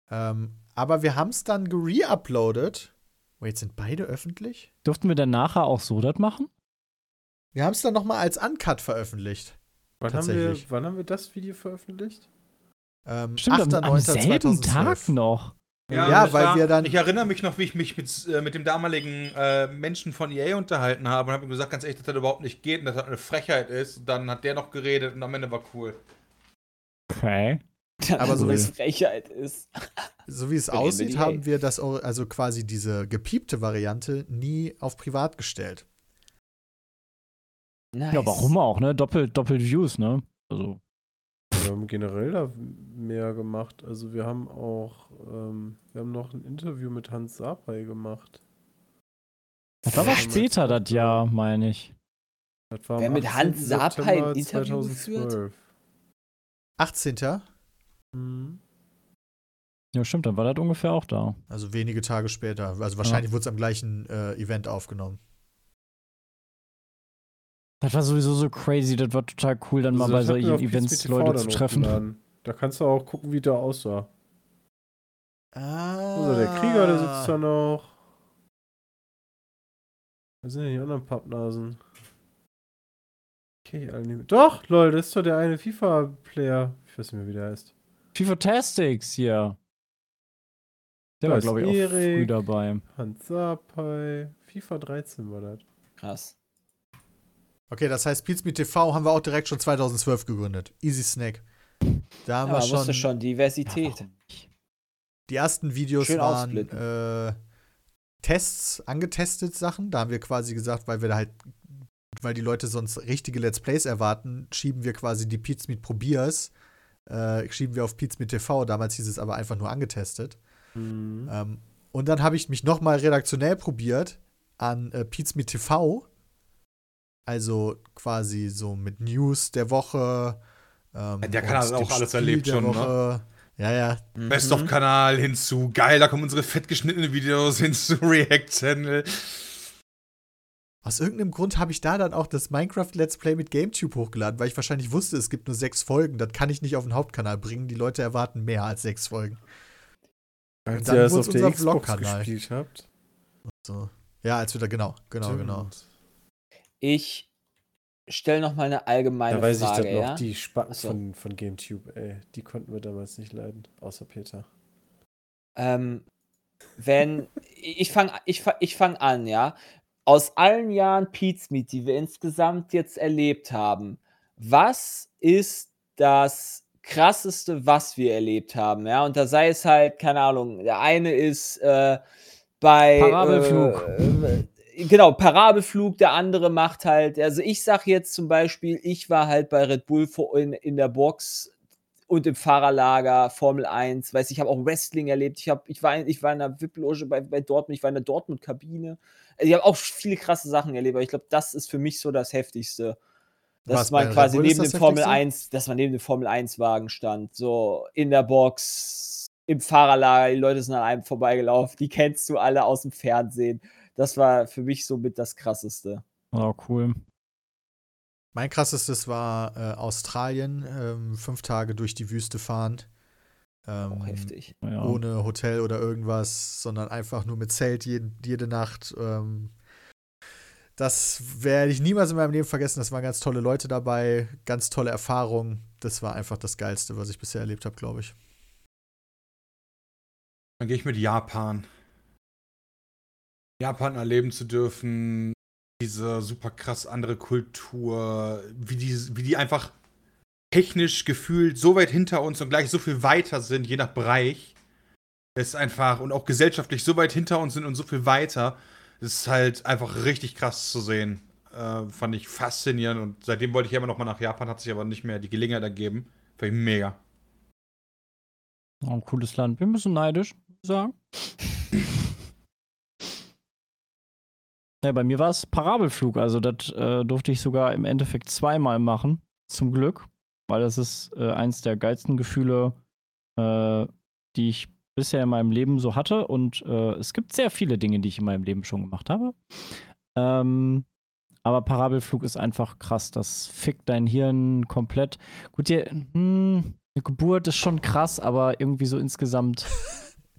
Ähm, aber wir haben es dann gereuploadet Wait, sind beide öffentlich? Durften wir dann nachher auch so das machen? Wir haben es dann nochmal als Uncut veröffentlicht. Wann haben, wir, Tatsächlich. wann haben wir das Video veröffentlicht? Ähm, Stimmt, am, am 8.9.2012. selben Tag noch. Ja, das weil wir dann- Ich erinnere mich noch, wie ich mich mit, äh, mit dem damaligen äh, Menschen von EA unterhalten habe und habe ihm gesagt, ganz ehrlich, dass das überhaupt nicht geht und dass das eine Frechheit ist. Und dann hat der noch geredet und am Ende war cool. Okay. Aber so Dass ist- es Frechheit ist. So wie es Für die aussieht, NBA. haben wir das, Or- also quasi diese gepiepte Variante, nie auf privat gestellt. Nice. Ja, warum auch, ne? Doppelt, doppelt Views, ne? Also, Wir haben generell da mehr gemacht. Also wir haben auch, ähm, wir haben noch ein Interview mit Hans Sapai gemacht. das war aber Ja, später mit- das Jahr, meine ich. Das war am Wer mit 18. Hans Sapai ein September Interview geführt? 2012. 18. Mhm. Ja, stimmt, dann war das ungefähr auch da. Also wenige Tage später. Also wahrscheinlich wurde es am gleichen äh, Event aufgenommen. Das war sowieso so crazy, das war total cool, dann mal Also bei das hatten solchen wir auf Events PSP TV Leute dann zu treffen. hochgeladen. Da kannst du auch gucken, wie der aussah. Ah. Also der Krieger, der sitzt da noch. Wo sind denn die anderen Pappnasen? Okay, alle nehmen. Doch, lol, das ist doch der eine FIFA-Player. Ich weiß nicht mehr, wie der heißt. FIFA Tastics hier. Der Da war, ist glaube ich, auch früh Erik. dabei. Hans Sapai. FIFA 13 war das. Krass. Okay, das heißt, Pizmeet TV haben wir auch direkt schon 2012 gegründet. Easy Snack. Da haben Aber wir man schon, wusste schon, Ja, Diversität. warum nicht? Die ersten Videos Schön waren aufsplitten. äh, Tests, angetestet Sachen. Da haben wir quasi gesagt, weil wir da halt, weil die Leute sonst richtige Let's Plays erwarten, schieben wir quasi die Pizza mit Probiers, äh, schieben wir auf Pizza mit TV. Damals hieß es aber einfach nur angetestet. Mhm. Ähm, und dann habe ich mich nochmal redaktionell probiert an äh, Pizza mit TV. Also quasi so mit News der Woche. Ähm, Der kann und also auch dem alles Spiel erlebt der schon, ne? Woche. Ja, ja, Mhm. Best of Kanal hinzu. Geil, da kommen unsere fett geschnittenen Videos hinzu. React Channel. Aus irgendeinem Grund habe ich da dann auch das Minecraft Let's Play mit GameTube hochgeladen, weil ich wahrscheinlich wusste, es gibt nur sechs Folgen. Das kann ich nicht auf den Hauptkanal bringen. Die Leute erwarten mehr als sechs Folgen. Als dann ihr das wurd's auf der unser Xbox Vlog-Kanal. gespielt habt. So. Ja, als wir da, genau, genau, genau. Ich stelle noch mal eine allgemeine Da weiß Frage. ich das noch. ja? Die Spacken Ach so. von, von GameTube, ey. Die konnten wir damals nicht leiden. Außer Peter. Ähm, wenn ich fange ich fang, ich fang an, ja. Aus allen Jahren Pizmeet, die wir insgesamt jetzt erlebt haben, was ist das krasseste, was wir erlebt haben? Ja, und da sei es halt, keine Ahnung, der eine ist äh, bei Parabelflug. äh, äh, genau, Parabelflug, der andere macht halt, also ich sag jetzt zum Beispiel, ich war halt bei Red Bull vor, in, in der Box und im Fahrerlager, Formel 1, weiß ich, habe auch Wrestling erlebt. Ich, hab, ich, war, in- ich war in einer VIP-Loge bei, bei Dortmund, ich war in der Dortmund-Kabine. Also ich habe auch viele krasse Sachen erlebt, aber ich glaube, das ist für mich so das Heftigste. Dass Was, bei man Red quasi Bull ist neben das dem Formel Heftigste? 1, dass man neben dem Formel 1-Wagen stand, so in der Box, im Fahrerlager, die Leute sind an einem vorbeigelaufen, die kennst du alle aus dem Fernsehen. Das war für mich so mit das krasseste. Oh, cool. Mein krassestes war äh, Australien. Ähm, fünf Tage durch die Wüste fahren. Ähm, Auch heftig. Ja. Ohne Hotel oder irgendwas, sondern einfach nur mit Zelt jede, jede Nacht. Ähm, das werde ich niemals in meinem Leben vergessen. Das waren ganz tolle Leute dabei, ganz tolle Erfahrungen. Das war einfach das Geilste, was ich bisher erlebt habe, glaube ich. Dann gehe ich mit Japan. Japan erleben zu dürfen, diese super krass andere Kultur, wie die, wie die einfach technisch gefühlt so weit hinter uns und gleich so viel weiter sind, je nach Bereich, ist einfach und auch gesellschaftlich so weit hinter uns sind und so viel weiter, ist halt einfach richtig krass zu sehen. Äh, fand ich faszinierend und seitdem wollte ich ja immer noch mal nach Japan, hat sich aber nicht mehr die Gelegenheit ergeben. Fand ich mega. Oh, ein cooles Land. Wir müssen neidisch muss ich sagen. Ja, bei mir war es Parabelflug. Also, das äh, durfte ich sogar im Endeffekt zweimal machen. Zum Glück. Weil das ist äh, eins der geilsten Gefühle, äh, die ich bisher in meinem Leben so hatte. Und äh, es gibt sehr viele Dinge, die ich in meinem Leben schon gemacht habe. Ähm, aber Parabelflug ist einfach krass. Das fickt dein Hirn komplett. Gut, die, hm, eine Geburt ist schon krass, aber irgendwie so insgesamt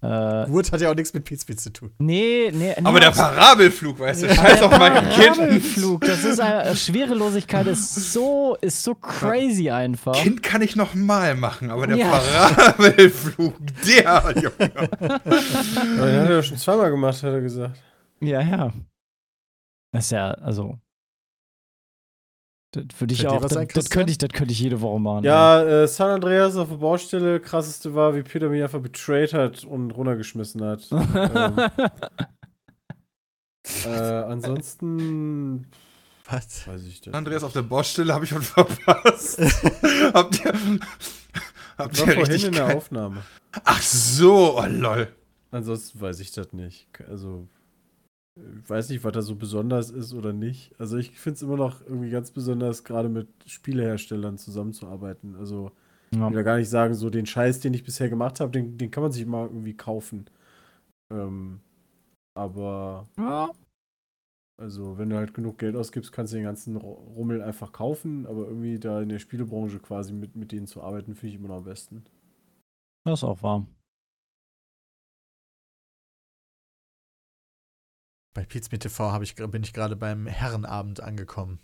Äh, Wood hat ja auch nichts mit Pizza zu tun. nee, nee. Aber der Parabelflug, weißt du, scheiß auf Michael Kind. Parabelflug, das ist eine Schwerelosigkeit ist so ist so crazy einfach. Kind kann ich noch mal machen, aber der Ja. Parabelflug, der, Junge. Aber den hat er doch schon zweimal gemacht, hat er gesagt. Ja, ja. Das ist ja also das würde ich Fällt dir auch was das, ein, das könnte ich das könnte ich jede Woche machen. Ja, äh, San Andreas auf der Baustelle, krasseste war, wie Peter mich einfach betrayed hat und runtergeschmissen hat. ähm, äh, ansonsten Was? weiß ich das. Andreas auf der Baustelle habe ich schon verpasst. habt ihr, habt Das war ihr vorhin richtig in geil- der Aufnahme. Ach so, oh lol. Ansonsten weiß ich das nicht. Also, ich weiß nicht, was da so besonders ist oder nicht. Also, ich finde es immer noch irgendwie ganz besonders, gerade mit Spieleherstellern zusammenzuarbeiten. Also, ich will ja. ja gar nicht sagen, so den Scheiß, den ich bisher gemacht habe, den, den kann man sich mal irgendwie kaufen. Ähm, aber, Ja. also, wenn du halt genug Geld ausgibst, kannst du den ganzen Ru- Rummel einfach kaufen. Aber irgendwie da in der Spielebranche quasi mit, mit denen zu arbeiten, finde ich immer noch am besten. Das ist auch warm. Bei Pizza mit TV hab ich, bin ich gerade beim Herrenabend angekommen.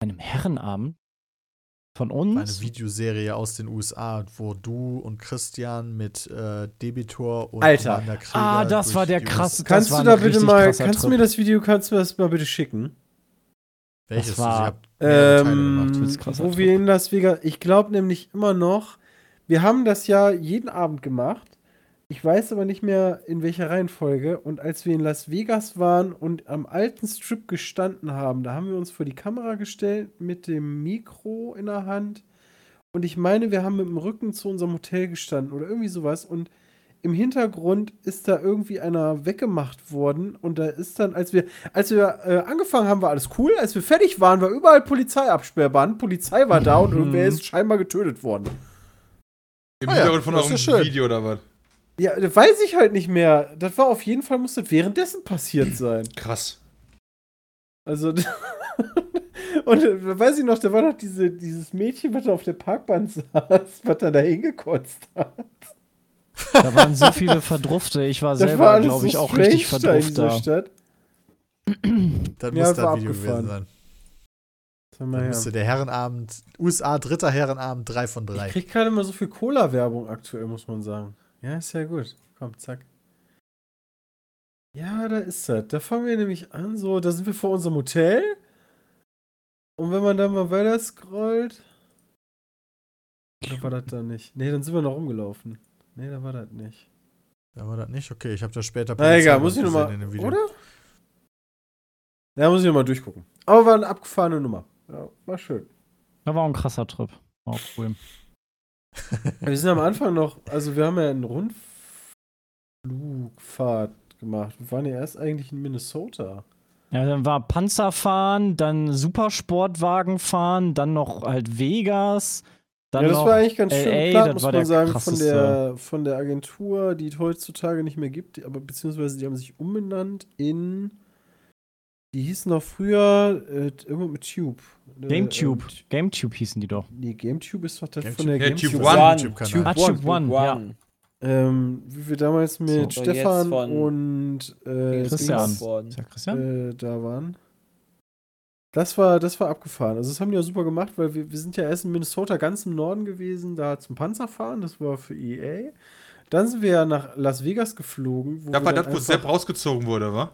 Einem Herrenabend von Eine uns. Videoserie aus den USA, wo du und Christian mit äh, Debitor und Alter. Commander Krieger Ah, das durch war der die krasse. US- Kannst das war du ein da bitte richtig mal, krasser kannst du mir Trip. das Video, kannst du das mal bitte schicken? Welches? Das war- Ich hab mehrere Teile gemacht. Das Ähm, ist krasser wo Trip. wir in Las Vegas, ich glaube nämlich immer noch, wir haben das ja jeden Abend gemacht. Ich weiß aber nicht mehr in welcher Reihenfolge. Und als wir in Las Vegas waren und am alten Strip gestanden haben, da haben wir uns vor die Kamera gestellt mit dem Mikro in der Hand. Und ich meine, wir haben mit dem Rücken zu unserem Hotel gestanden oder irgendwie sowas. Und im Hintergrund ist da irgendwie einer weggemacht worden und da ist dann, als wir, als wir äh, angefangen haben, war alles cool. Als wir fertig waren, war überall Polizeiabsperrband. Polizei war da und Mhm. irgendwer ist scheinbar getötet worden. Im Ah ja, Hintergrund von das ist eurem schön. Video oder was? Ja, das weiß ich halt nicht mehr. Das war auf jeden Fall, muss das währenddessen passiert sein. Krass. Also. Und äh, weiß ich noch, da war doch diese, dieses Mädchen, was da auf der Parkbank saß, was da da hingekotzt hat. Da waren so viele Verdrufte. Ich war Das selber, glaube ich, auch richtig strange da in verdruft dieser da. Stadt. Das Ja, muss war das Video gewesen abgefahren. sein. Sag Da mal her. müsste der Herrenabend, USA, dritter Herrenabend, 3 von 3. Ich krieg gerade immer so viel Cola-Werbung aktuell, muss man sagen. Ja, ist ja gut. Komm, zack. Ja, da ist das. Da fangen wir nämlich an, so, da sind wir vor unserem Hotel. Und wenn man dann mal weiter scrollt. Oder war das da nicht? Nee, dann sind wir noch rumgelaufen. Nee, da war das nicht. Da war das nicht? Okay, ich habe das später Na egal, Polizeimann muss ich gesehen nochmal. in dem Video. Oder? Ja, muss ich nochmal durchgucken. Aber war eine abgefahrene Nummer. Ja, war schön. Da war ein krasser Trip. War Auch cool. Wir sind am Anfang noch, also wir haben ja einen Rundflugfahrt gemacht. Wir waren ja erst eigentlich in Minnesota. Ja, dann war Panzerfahren, dann Supersportwagen fahren, dann noch halt Vegas. Dann ja, das noch, war eigentlich ganz schön LA, geplant, das muss war der man sagen, von krasseste. der, von der Agentur, die es heutzutage nicht mehr gibt, aber beziehungsweise die haben sich umbenannt in. Die hießen noch früher äh, irgendwo mit Tube. Äh, GameTube. ähm, GameTube hießen die doch. nee, GameTube ist doch das GameTube. von der Ja, GameTube. Tube One. Ah, YouTube-Kanal. Tube One, ja. One. Ähm, wie wir damals mit So, jetzt Stefan von und äh, Christian. Dings- Ist ja Christian? äh, da waren. Das war, das war abgefahren. Also, das haben die auch super gemacht, weil wir, wir sind ja erst in Minnesota ganz im Norden gewesen, da zum Panzerfahren, das war für EA. Dann sind wir ja nach Las Vegas geflogen. Wo Da wir war dann das, wo Sepp einfach- rausgezogen wurde, wa?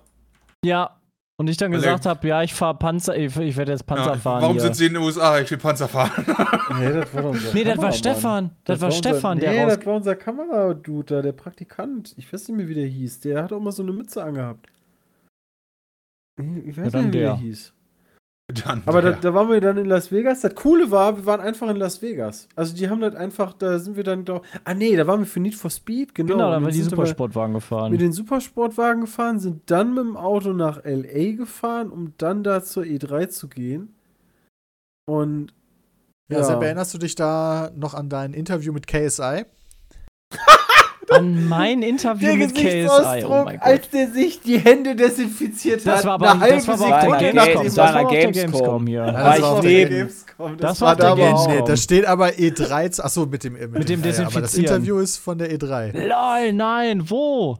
Äh. Ja. Und ich dann Weil gesagt habe, ja, ich fahre Panzer, ich, ich werde jetzt Panzer Ja, fahren. warum hier. sind sie in den USA? Ich will Panzer fahren. Nee, das war doch unser Nee, das war Kameramann. Stefan. Das, war Stefan, unser, der Nee, raus. das war unser Kameradude da, der Praktikant. Ich weiß nicht mehr, wie der hieß. Der hat auch mal so eine Mütze angehabt. Ich weiß dann nicht, mehr, wie der der. hieß. Dann, Aber da, ja. da waren wir dann in Las Vegas. Das Coole war, wir waren einfach in Las Vegas. Also die haben das einfach, da sind wir dann doch. Ah nee, da waren wir für Need for Speed, genau. Genau, dann Und war die sind wir Supersportwagen gefahren. Mit den Supersportwagen gefahren, sind dann mit dem Auto nach LA gefahren, um dann da zur E3 zu gehen. Und Ja, Sepp, erinnerst du dich da noch an dein Interview mit KSI? an mein Interview Der mit KSI. Oh Gesichtsausdruck, mein Gott. als der sich die Hände desinfiziert hat. Das war aber eine das war halbe aber auf der Sekunde Gamescom. nachdem- Das war war der auf der Gamescom. Gamescom hier. Ja. war ich auf der neben. Gamescom, Das war War auf der da aber auch Gamescom. nicht. Da steht aber E E3, z- achso, mit dem, Mit dem ja, ja, Aber das Desinfizieren. Interview ist von der E E3. Lol, nein, wo?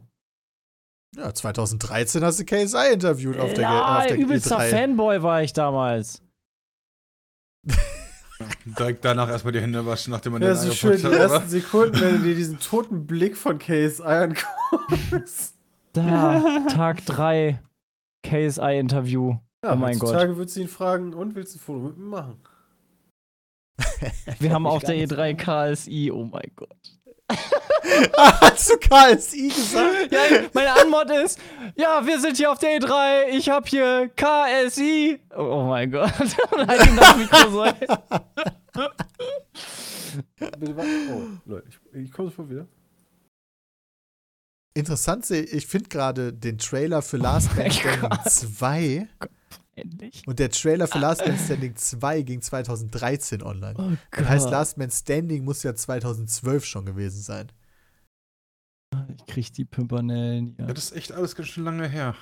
Ja, 2013 hast du KSI interviewt auf der, Ge- auf Lol, der E übelster E3. Fanboy war ich damals. Direkt danach erstmal die Hände waschen, nachdem man Ja, den so schön die angepackt hat, oder? ersten Sekunden, wenn du dir diesen toten Blick von KSI anguckst. Da, Tag 3, KSI-Interview. Ja, Oh mein Gott. heutzutage würdest du ihn fragen, und willst du ein Foto mit mir machen? Wir haben auf der E E3 KSI, oh mein Gott. Hast du KSI gesagt? Ja, meine Anmod ist, ja, wir sind hier auf Day 3, ich hab hier KSI. Oh, oh mein Gott. Und halt ihm das Mikro so hin. Bitte warte. Oh, Leute, ich, ich komme sofort wieder. Interessant, seh- ich finde gerade den Trailer für Last Man Oh mein Standing 2 Endlich. und der Trailer für Last Man Standing 2 ging 2013 online. Oh Das heißt, Gott. Last Man Standing muss ja 2012 schon gewesen sein. Ich krieg die Pimpernellen. Ja. Ja, Das ist echt alles ganz schön lange her.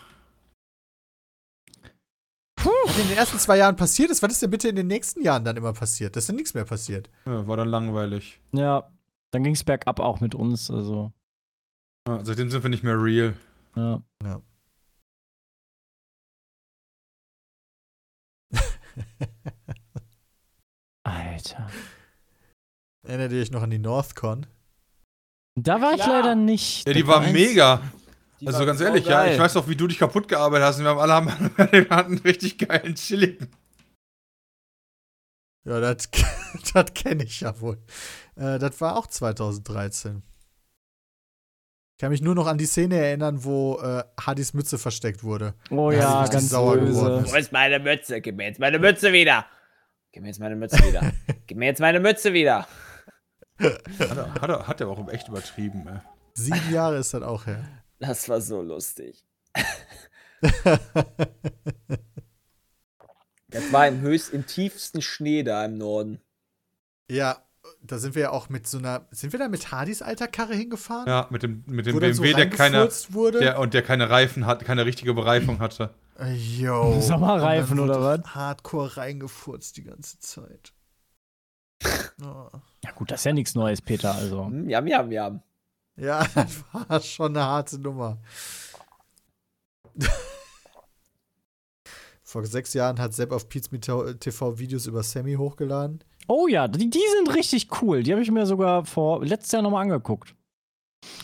Was in den ersten zwei Jahren passiert ist, was ist denn bitte in den nächsten Jahren dann immer passiert? Das ist denn nichts mehr passiert. Ja, war dann langweilig. ja, dann ging's bergab auch mit uns, also. Ja, Ah, seitdem sind wir nicht mehr real. Ja. Alter. Erinnert ihr euch noch an die Northcon? Da war ich Klar. leider nicht. Ja, die Da war eins- mega. Also war ganz ehrlich, ja, saugeil. ich weiß noch, wie du dich kaputt gearbeitet hast. und Wir haben alle haben, wir hatten einen richtig geilen Chilligen. Ja, das, das kenne ich ja wohl. Äh, das war auch 2013. Ich kann mich nur noch an die Szene erinnern, wo äh, Hadis Mütze versteckt wurde. Oh Ja, ja, richtig ganz sauer geworden böse. ist. Wo ist meine Mütze? Gib mir jetzt meine Mütze wieder. Gib mir jetzt meine Mütze wieder. Gib mir jetzt meine Mütze wieder. Hat er, hat er, hat er auch echt übertrieben, ey. Sieben Jahre ist das auch her. Das war so lustig. Das war im höchst, im tiefsten Schnee da im Norden. ja, da sind wir ja auch mit so einer. Sind wir da mit Hadis alter Karre hingefahren? Ja, mit dem, mit dem Wo dann so BMW, der keine, reingefurzt wurde? der, und der keine Reifen hat, keine richtige Bereifung hatte. Äh, Yo. Sommerreifen Und dann oder wurde Hardcore reingefurzt die ganze Zeit. Oh. Ja gut, das ist ja nichts Neues, Peter, also. Hm, jam, jam, jam. Ja, das war schon eine harte Nummer. Vor sechs Jahren hat Sepp auf Pete's Me Tau- TV Videos über Sammy hochgeladen. Oh ja, die, die sind richtig cool. Die habe ich mir sogar vor letztes Jahr nochmal angeguckt.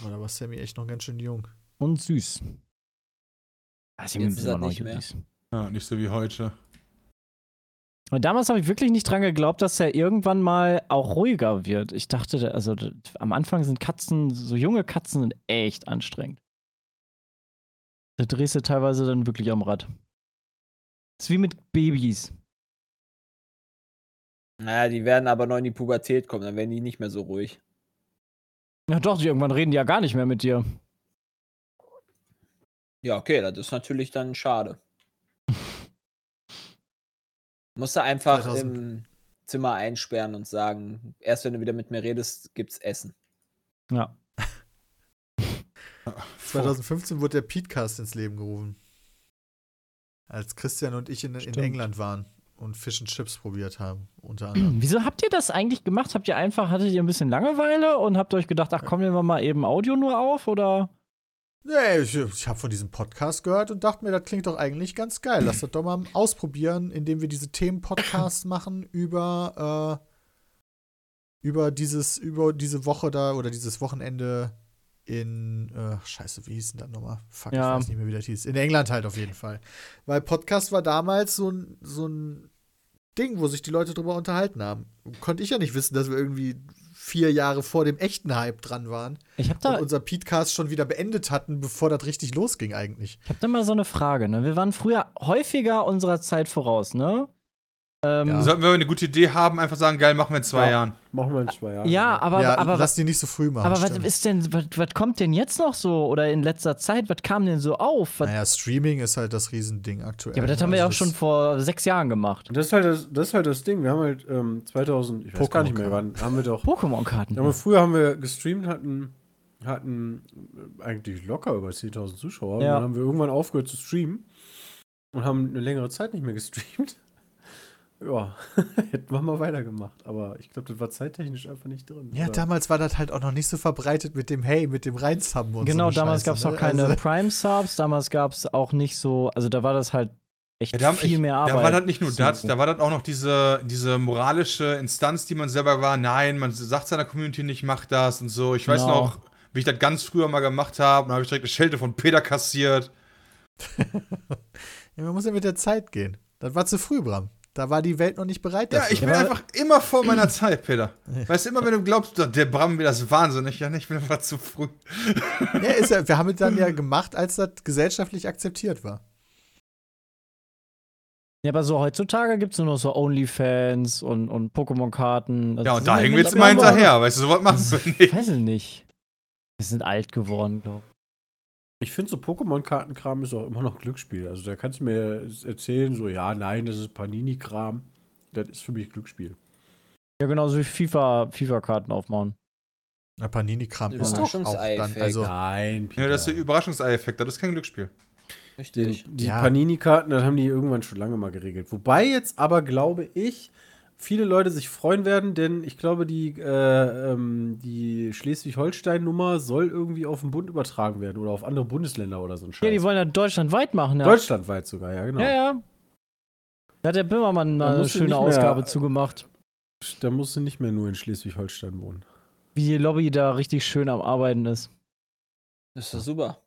Oh, da war Sammy echt noch ganz schön jung. Und süß. Ah, sie Jetzt müssen ist immer das noch nicht mehr. Jutis. Ja, nicht so wie heute. Und damals habe ich wirklich nicht dran geglaubt, dass er irgendwann mal auch ruhiger wird. Ich dachte, da- also da- am Anfang sind Katzen, so junge Katzen sind echt anstrengend. Da drehst du teilweise dann wirklich am Rad. ist wie mit Babys. Naja, die werden aber noch in die Pubertät kommen, dann werden die nicht mehr so ruhig. Ja doch, die irgendwann reden die ja gar nicht mehr mit dir. Ja, okay, das ist natürlich dann schade. Musst du einfach 2000. im Zimmer einsperren und sagen, erst wenn du wieder mit mir redest, gibt's Essen. Ja. 2015 wurde der Petecast ins Leben gerufen. Als Christian und ich in, in Stimmt. England waren und Fish and Chips probiert haben, unter anderem. Wieso habt ihr das eigentlich gemacht? Habt ihr einfach, hattet ihr ein bisschen Langeweile und habt euch gedacht, ach komm, nehmen wir mal eben Audio nur auf oder? Nee, ich, ich habe von diesem Podcast gehört und dachte mir, das klingt doch eigentlich ganz geil. Lass das doch mal ausprobieren, indem wir diese Themen-Podcasts machen über, äh, über dieses, über diese Woche da oder dieses Wochenende in, äh, scheiße, wie hieß denn das nochmal? Fuck, Ja. ich weiß nicht mehr, wie das hieß. In England halt auf jeden Fall. Weil Podcast war damals so ein, so ein Ding, wo sich die Leute drüber unterhalten haben. Konnte ich ja nicht wissen, dass wir irgendwie vier Jahre vor dem echten Hype dran waren Ich hab und unser Petecast schon wieder beendet hatten, bevor das richtig losging eigentlich. Ich habe da mal so eine Frage. Ne? Wir waren früher häufiger unserer Zeit voraus, ne? Ähm, Ja. ja. Sollten wir eine gute Idee haben, einfach sagen, geil, machen wir in zwei Ja. Jahren. Machen wir in zwei Jahren. aber, ja, aber, lass die nicht so früh machen. aber was stimmt. ist denn, was, was kommt denn jetzt noch so? Oder in letzter Zeit, was kam denn so auf? Was, Naja, Streaming ist halt das Riesending aktuell. ja, aber das haben wir ja auch Also schon das- vor sechs Jahren gemacht. Und das ist halt das, das, ist halt das Ding. Wir haben halt ähm, 2000, ich weiß gar Pokémon nicht mehr wann, haben wir doch. Pokémon-Karten. Ja, aber früher haben wir gestreamt, hatten hatten äh, eigentlich locker über 10.000 Zuschauer. Ja. Und dann haben wir irgendwann aufgehört zu streamen und haben eine längere Zeit nicht mehr gestreamt. Ja, hätten wir mal weitergemacht. Aber ich glaube, das war zeittechnisch einfach nicht drin. Ja, Oder- damals war das halt auch noch nicht so verbreitet mit dem Hey, mit dem Reinsubben und Genau, so. eine Scheiße, damals gab es ne? noch keine Also, Prime-Subs, damals gab es auch nicht so, also da war das halt echt Ja, da, haben viel ich, mehr Arbeit. da war das nicht nur zu das, machen. da war das auch noch diese, diese moralische Instanz, die man selber war. Nein, man sagt seiner Community nicht, mach das und so. Ich weiß Genau. noch, wie ich das ganz früher mal gemacht habe. Und da habe ich direkt eine Schelte von Peter kassiert. ja, man muss ja mit der Zeit gehen. Das war zu früh, Bram. Da war die Welt noch nicht bereit Ja, dafür. ich bin Ja, aber- einfach immer vor meiner Zeit, Peter. Weißt du, immer wenn du glaubst, der Bram will das wahnsinnig. Ja, nee, ich bin einfach zu früh. ja, ist ja, wir haben es dann ja gemacht, als das gesellschaftlich akzeptiert war. ja, aber so heutzutage gibt es nur noch so Onlyfans und, und Pokémon-Karten. Also Ja, das und da sind hängen wir jetzt mal mittlerweile- hinterher. Weißt du, sowas machst du Ich nicht. weiß es nicht. Wir sind alt geworden, glaube ich. Ich finde so Pokémon-Kartenkram ist auch immer noch Glücksspiel. Also da kannst du mir erzählen, so ja, nein, das ist Panini-Kram. Das ist für mich Glücksspiel. Ja, genauso wie FIFA, FIFA-Karten aufmachen. Na, Panini-Kram Ja, ist doch auch Überraschungsei dann. fake. Also, Nein, Peter. Ja, das ist der Überraschungsei-Effekt. Das ist kein Glücksspiel. Die, Richtig. die Ja. Panini-Karten, das haben die irgendwann schon lange mal geregelt. Wobei jetzt aber, glaube ich, viele Leute sich freuen werden, denn ich glaube, die, äh, ähm, die Schleswig-Holstein-Nummer soll irgendwie auf den Bund übertragen werden oder auf andere Bundesländer oder so ein Ja, Scheiß. die wollen ja deutschlandweit machen. Ja, Deutschlandweit sogar, ja, genau. ja, ja. Da hat der Böhmermann Da mal eine musst du schöne nicht mehr- Ausgabe zugemacht, Da musst du nicht mehr nur in Schleswig-Holstein wohnen. wie die Lobby da richtig schön am Arbeiten ist. Das ist doch super.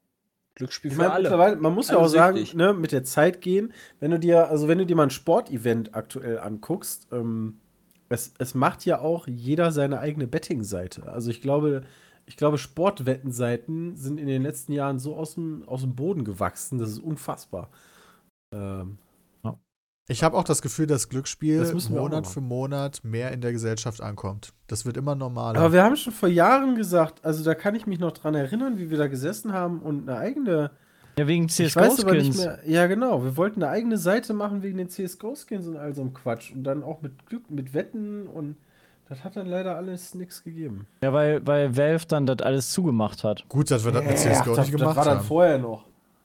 Glücksspiel Ich für meine, alle. Also mittlerweile, man muss ja Alle auch sagen, süchtig. ne, mit der Zeit gehen, wenn du dir, also wenn du dir mal ein Sportevent aktuell anguckst, ähm, es, es macht ja auch jeder seine eigene Betting-Seite. Also ich glaube, ich glaube, Sportwettenseiten sind in den letzten Jahren so aus dem, aus dem Boden gewachsen, das ist unfassbar. Ähm, ich habe auch das Gefühl, dass Glücksspiel Das müssen wir auch Monat machen. für Monat mehr in der Gesellschaft ankommt. Das wird immer normaler. Aber wir haben schon vor Jahren gesagt, also da kann ich mich noch dran erinnern, wie wir da gesessen haben und eine eigene Ja, wegen Ich weiß aber nicht CSGO-Skins. mehr. Ja, genau. Wir wollten eine eigene Seite machen wegen den CSGO-Skins und all so einem Quatsch. Und dann auch mit Glück, mit Wetten und das hat dann leider alles nichts gegeben. Ja, weil, weil Valve dann das alles zugemacht hat. Gut, dass wir das mit CSGO das, nicht gemacht das war dann haben. vorher noch.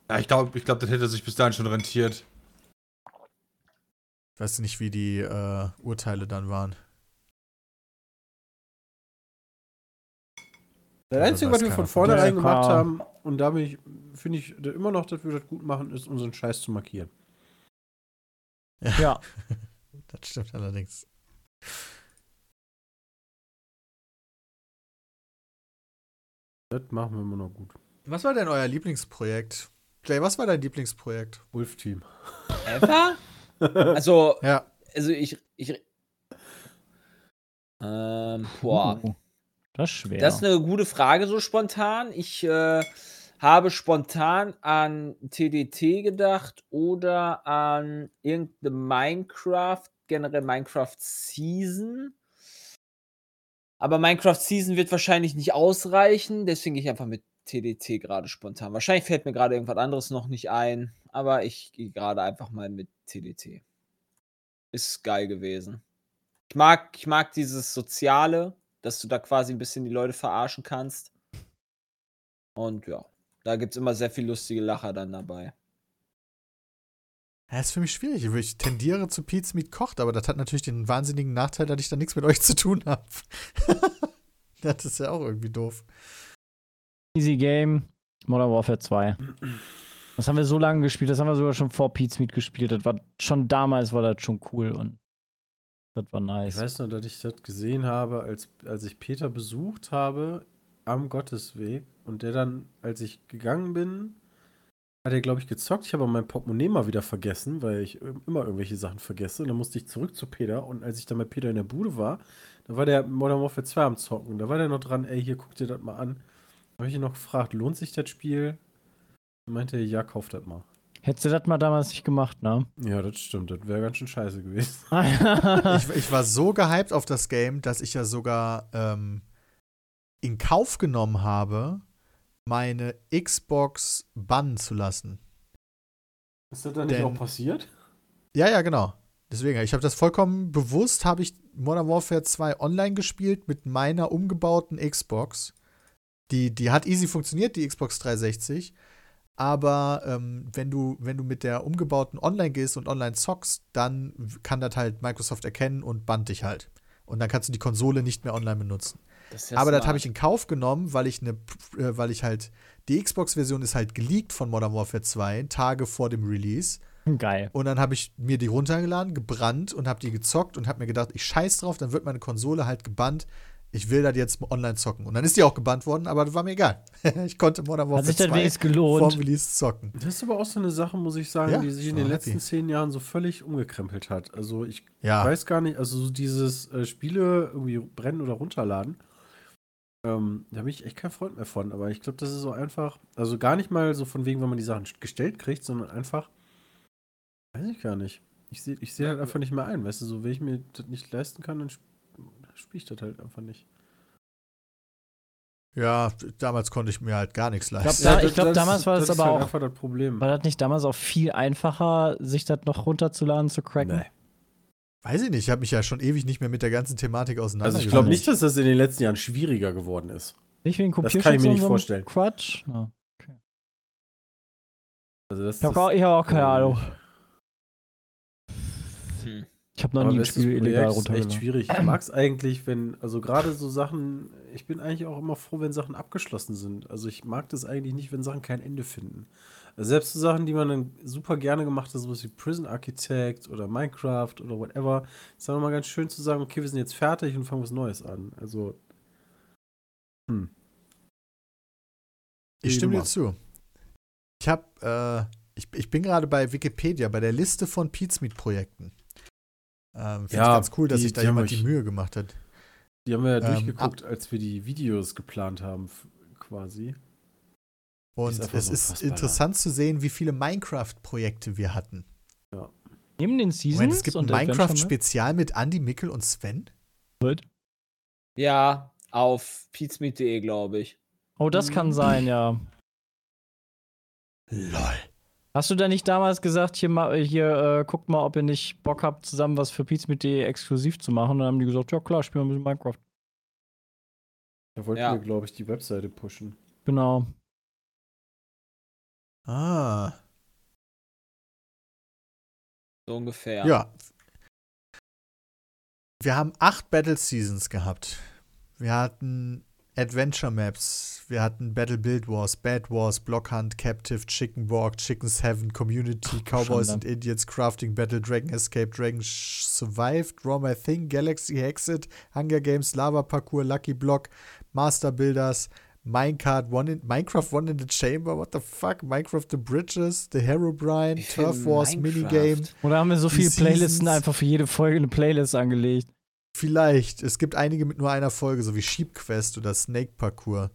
Ja, ich glaube, ich glaub, das hätte sich bis dahin schon rentiert. Ich weiß nicht, wie die äh, Urteile dann waren. Das Also Einzige, das was wir kann von man- Ja, vornherein klar. gemacht haben, und da bin ich, finde ich da immer noch, dass wir das gut machen, ist, unseren Scheiß zu markieren. Ja. Das stimmt allerdings. Das machen wir immer noch gut. Was war denn euer Lieblingsprojekt? Jay, was war dein Lieblingsprojekt? Wolf-Team. Ever? Also, Ja. also ich. ich ähm, boah. Uh, das ist schwer. Das ist eine gute Frage, so spontan. Ich äh, habe spontan an TDT gedacht oder an irgendeine Minecraft, generell Minecraft Season. Aber Minecraft Season wird wahrscheinlich nicht ausreichen, deswegen gehe ich einfach mit TDT gerade spontan. Wahrscheinlich fällt mir gerade irgendwas anderes noch nicht ein, aber ich gehe gerade einfach mal mit TDT. Ist geil gewesen. Ich mag, ich mag dieses Soziale, dass du da quasi ein bisschen die Leute verarschen kannst. Und ja, da gibt es immer sehr viel lustige Lacher dann dabei. Ja, ist für mich schwierig. Ich tendiere zu Pete's Meat kocht, aber das hat natürlich den wahnsinnigen Nachteil, dass ich da nichts mit euch zu tun habe. das ist ja auch irgendwie doof. Easy Game, Modern Warfare 2. Das haben wir so lange gespielt, das haben wir sogar schon vor Pete's Meet gespielt. Das war schon damals war das schon cool und das war Ich nice. weiß noch, dass ich das gesehen habe, als, als ich Peter besucht habe am Gottesweg und der dann, als ich gegangen bin, hat er, glaube ich, gezockt. Ich habe aber mein Portemonnaie mal wieder vergessen, weil ich ir- immer irgendwelche Sachen vergesse. Und dann musste ich zurück zu Peter. Und als ich dann bei Peter in der Bude war, da war der Modern Warfare 2 am Zocken. Da war der noch dran, ey, hier, guck dir das mal an. Habe ich ihn noch gefragt, lohnt sich das Spiel? Dann meinte er, ja, kauf das mal. Hättest du das mal damals nicht gemacht, ne? Ja, das stimmt. Das wäre ganz schön scheiße gewesen. Ich, ich war so gehypt auf das Game, dass ich ja sogar ähm, in Kauf genommen habe, meine Xbox bannen zu lassen. Ist das dann nicht nicht Denn- auch auch passiert? Ja, ja, genau. Deswegen, ich habe das vollkommen bewusst, habe ich Modern Warfare 2 online gespielt mit meiner umgebauten Xbox, Die, die hat easy funktioniert, die Xbox 360. Aber ähm, wenn, du, wenn du mit der umgebauten online gehst und online zockst, dann kann das halt Microsoft erkennen und bannt dich halt. Und dann kannst du die Konsole nicht mehr online benutzen. Das ist Aber das habe ich in Kauf genommen, weil ich eine, äh, weil ich halt, die Xbox-Version ist halt geleakt von Modern Warfare 2, Tage vor dem Release. Geil. Und dann habe ich mir die runtergeladen, gebrannt und habe die gezockt und habe mir gedacht, ich scheiß drauf, dann wird meine Konsole halt gebannt. Ich will das jetzt online zocken. Und dann ist die auch gebannt worden, aber das war mir egal. ich konnte Modern Warfare sich das 2 wenigstens gelohnt. vorm Release zocken. Das ist aber auch so eine Sache, muss ich sagen, Ja, die sich in so den happy. letzten zehn Jahren so völlig umgekrempelt hat. Also ich Ja. weiß gar nicht, also so dieses äh, Spiele irgendwie brennen oder runterladen, ähm, da bin ich echt kein Freund mehr von. Aber ich glaube, das ist so einfach, also gar nicht mal so von wegen, wenn man die Sachen gestellt kriegt, sondern einfach, weiß ich gar nicht. Ich sehe ich seh halt einfach nicht mehr ein, weißt du, so wenn ich mir das nicht leisten kann, dann spiele ich das halt einfach nicht. Ja, damals konnte ich mir halt gar nichts glaub, leisten. da- das- ich glaub, das- damals war das ist aber halt auch- einfach das Problem. War das nicht damals auch viel einfacher, sich das noch runterzuladen, zu cracken? Nee. Weiß ich nicht, ich habe mich ja schon ewig nicht mehr mit der ganzen Thematik Also auseinandergesetzt. ich glaube nicht, dass das in den letzten Jahren schwieriger geworden ist. Nicht wegen Das kann ich Kopierschutz? mir nicht und so einem vorstellen. Quatsch. Ja. Also das Ich habe das- auch, ich hab auch keine Ahnung. Hm. Ich habe noch Aber nie ein das Spiel Projekt illegal ist echt runtergeladen. schwierig. Ich mag es eigentlich, wenn, also gerade so Sachen, ich bin eigentlich auch immer froh, wenn Sachen abgeschlossen sind. Also ich mag das eigentlich nicht, wenn Sachen kein Ende finden. Also selbst so Sachen, die man dann super gerne gemacht hat, sowas wie Prison Architect oder Minecraft oder whatever, ist dann immer ganz schön zu sagen, okay, wir sind jetzt fertig und fangen was Neues an. Also Ich die stimme dir Nummer. zu. Ich habe, äh, ich, ich bin gerade bei Wikipedia, bei der Liste von Pizmeet-Projekten. Ähm, Finde Ja, ich ganz cool, dass die- sich da die haben jemand die euch- Mühe gemacht hat. die haben wir ja Ähm, durchgeguckt, als wir die Videos geplant haben, f- quasi. Und einfach es so ist unfassbar interessant zu sehen, wie viele Minecraft-Projekte wir hatten. Neben den Ich Seasons meine, es gibt ein und Adventure Map? Minecraft-Spezial mit Andy, Mickel und Sven. Ja, auf pizmeet.de, glaube ich. Oh, das kann sein, ja. Lol. Hast du da nicht damals gesagt, hier, ma- hier äh, guckt mal, ob ihr nicht Bock habt, zusammen was für Pizza mit DE exklusiv zu machen? Und dann haben die gesagt, ja klar, spielen wir ein bisschen Minecraft. Da wollten Ja. wir, glaube ich, die Webseite pushen. Genau. Ah, So ungefähr. ja. Wir haben acht Battle Seasons gehabt. Wir hatten Adventure Maps, wir hatten Battle Build Wars, Bad Wars, Blockhunt, Captive, Chicken Walk, Chicken's Heaven, Community, Cowboys Schande. and Indians, Crafting, Battle, Dragon Escape, Dragon Sh- Survived, Draw My Thing, Galaxy Hexit, Hunger Games, Lava Parkour, Lucky Block, Master Builders, Minecart, One in, Minecraft One in the Chamber, what the fuck, Minecraft The Bridges, The Herobrine, Ich find Turf Wars, Minecraft. Minigame, Oder haben wir so Die viele Seasons. Playlisten einfach für jede Folge eine Playlist angelegt? Vielleicht. Es gibt einige mit nur einer Folge, so wie Sheep Quest oder Snake Parkour.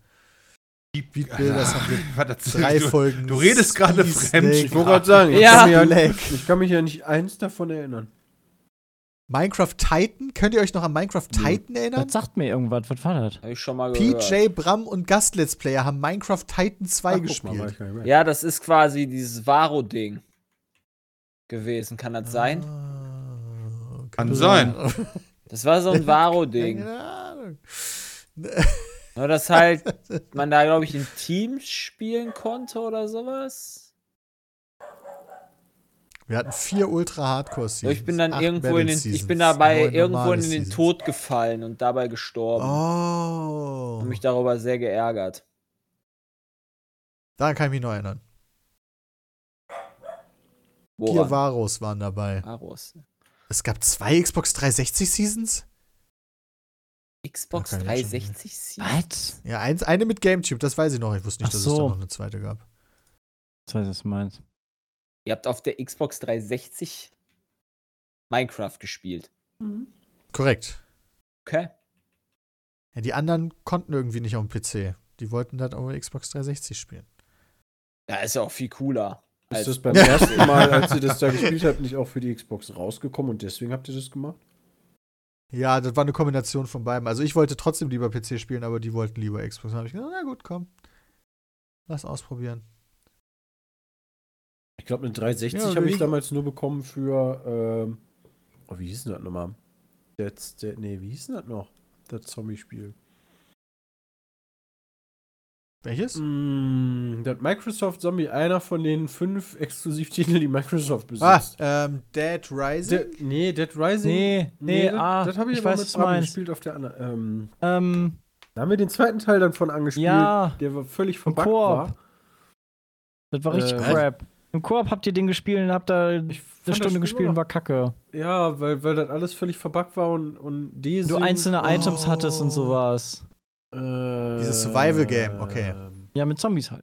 Beat Builders haben wir Was erzählst drei du? Folgen. Du redest gerade Speedy fremd. Snake. Ich wollte gerade sagen, ich Ja. kann mich ja nicht- ich kann mich ja nicht eins davon erinnern. Minecraft Titan? Könnt ihr euch noch an Minecraft Titan erinnern? Das sagt mir irgendwas, was war das? Habe ich schon mal gehört. PJ, Bram und Gast Let's Player haben Minecraft Titan 2 Ach, guck mal, war gespielt. ich gar nicht mehr. Ja, das ist quasi dieses Varo-Ding gewesen. Kann das sein? Ah, okay. Kann sein. Das war so ein Varo-Ding. Keine Ahnung. Nur, dass halt man da, glaube ich, in Teams spielen konnte oder sowas. Wir hatten vier So, Ultra-Hardcore-Seasons. ich bin dann acht irgendwo in den, Battle ich bin Seasons, dabei neun irgendwo normale in den Seasons. Tod gefallen und dabei gestorben. Oh. Hab mich darüber sehr geärgert. Daran kann ich mich noch erinnern. Vier Woran? Varos waren dabei. Varus. Es gab zwei Xbox 360 Seasons? Xbox Okay, das schon 360 Series? Was? Ja, eins, eine mit GameTube, das weiß ich noch. Ich wusste nicht, Ach dass es so. da noch eine zweite gab. Das heißt, was du meinst. Ihr habt auf der Xbox 360 Minecraft gespielt. Korrekt. Okay. Ja, die anderen konnten irgendwie nicht auf dem PC. Die wollten das auf der Xbox 360 spielen. Ja, ist ja auch viel cooler. als- Ist das beim ersten Mal, als ihr das da gespielt habt, nicht auch für die Xbox rausgekommen und deswegen habt ihr das gemacht? Ja, das war eine Kombination von beiden. Also ich wollte trotzdem lieber PC spielen, aber die wollten lieber Xbox. Da habe ich gesagt, na gut, komm. Lass ausprobieren. Ich glaube, eine 360 Ja, habe ich wegen- damals nur bekommen für, ähm, oh, wie hieß denn das nochmal? Jetzt, der, nee, wie hieß denn das noch? Das Zombie-Spiel. Welches? Mm, das Microsoft Zombie, einer von den fünf Exklusivtiteln, die Microsoft Ah, besitzt. ähm, Dead Rising. De nee, Dead Rising. Nee, nee, das, ah, das habe ich, ich aber weiß, mit was du Bram meinst. gespielt auf der anderen. Ähm, Ähm, da haben wir den zweiten Teil dann von angespielt, Ja. der war völlig Im verbuggt Koop. war. das war richtig Äh, crap. Im Koop habt ihr den gespielt und habt da eine Ich fand das Stunde Spiel gespielt immer und noch- war kacke. Ja, weil, weil das alles völlig verbuggt war und, und Du Oh. einzelne Items hattest und sowas. Äh, Dieses Survival Game, okay. ähm, Ja, mit Zombies halt.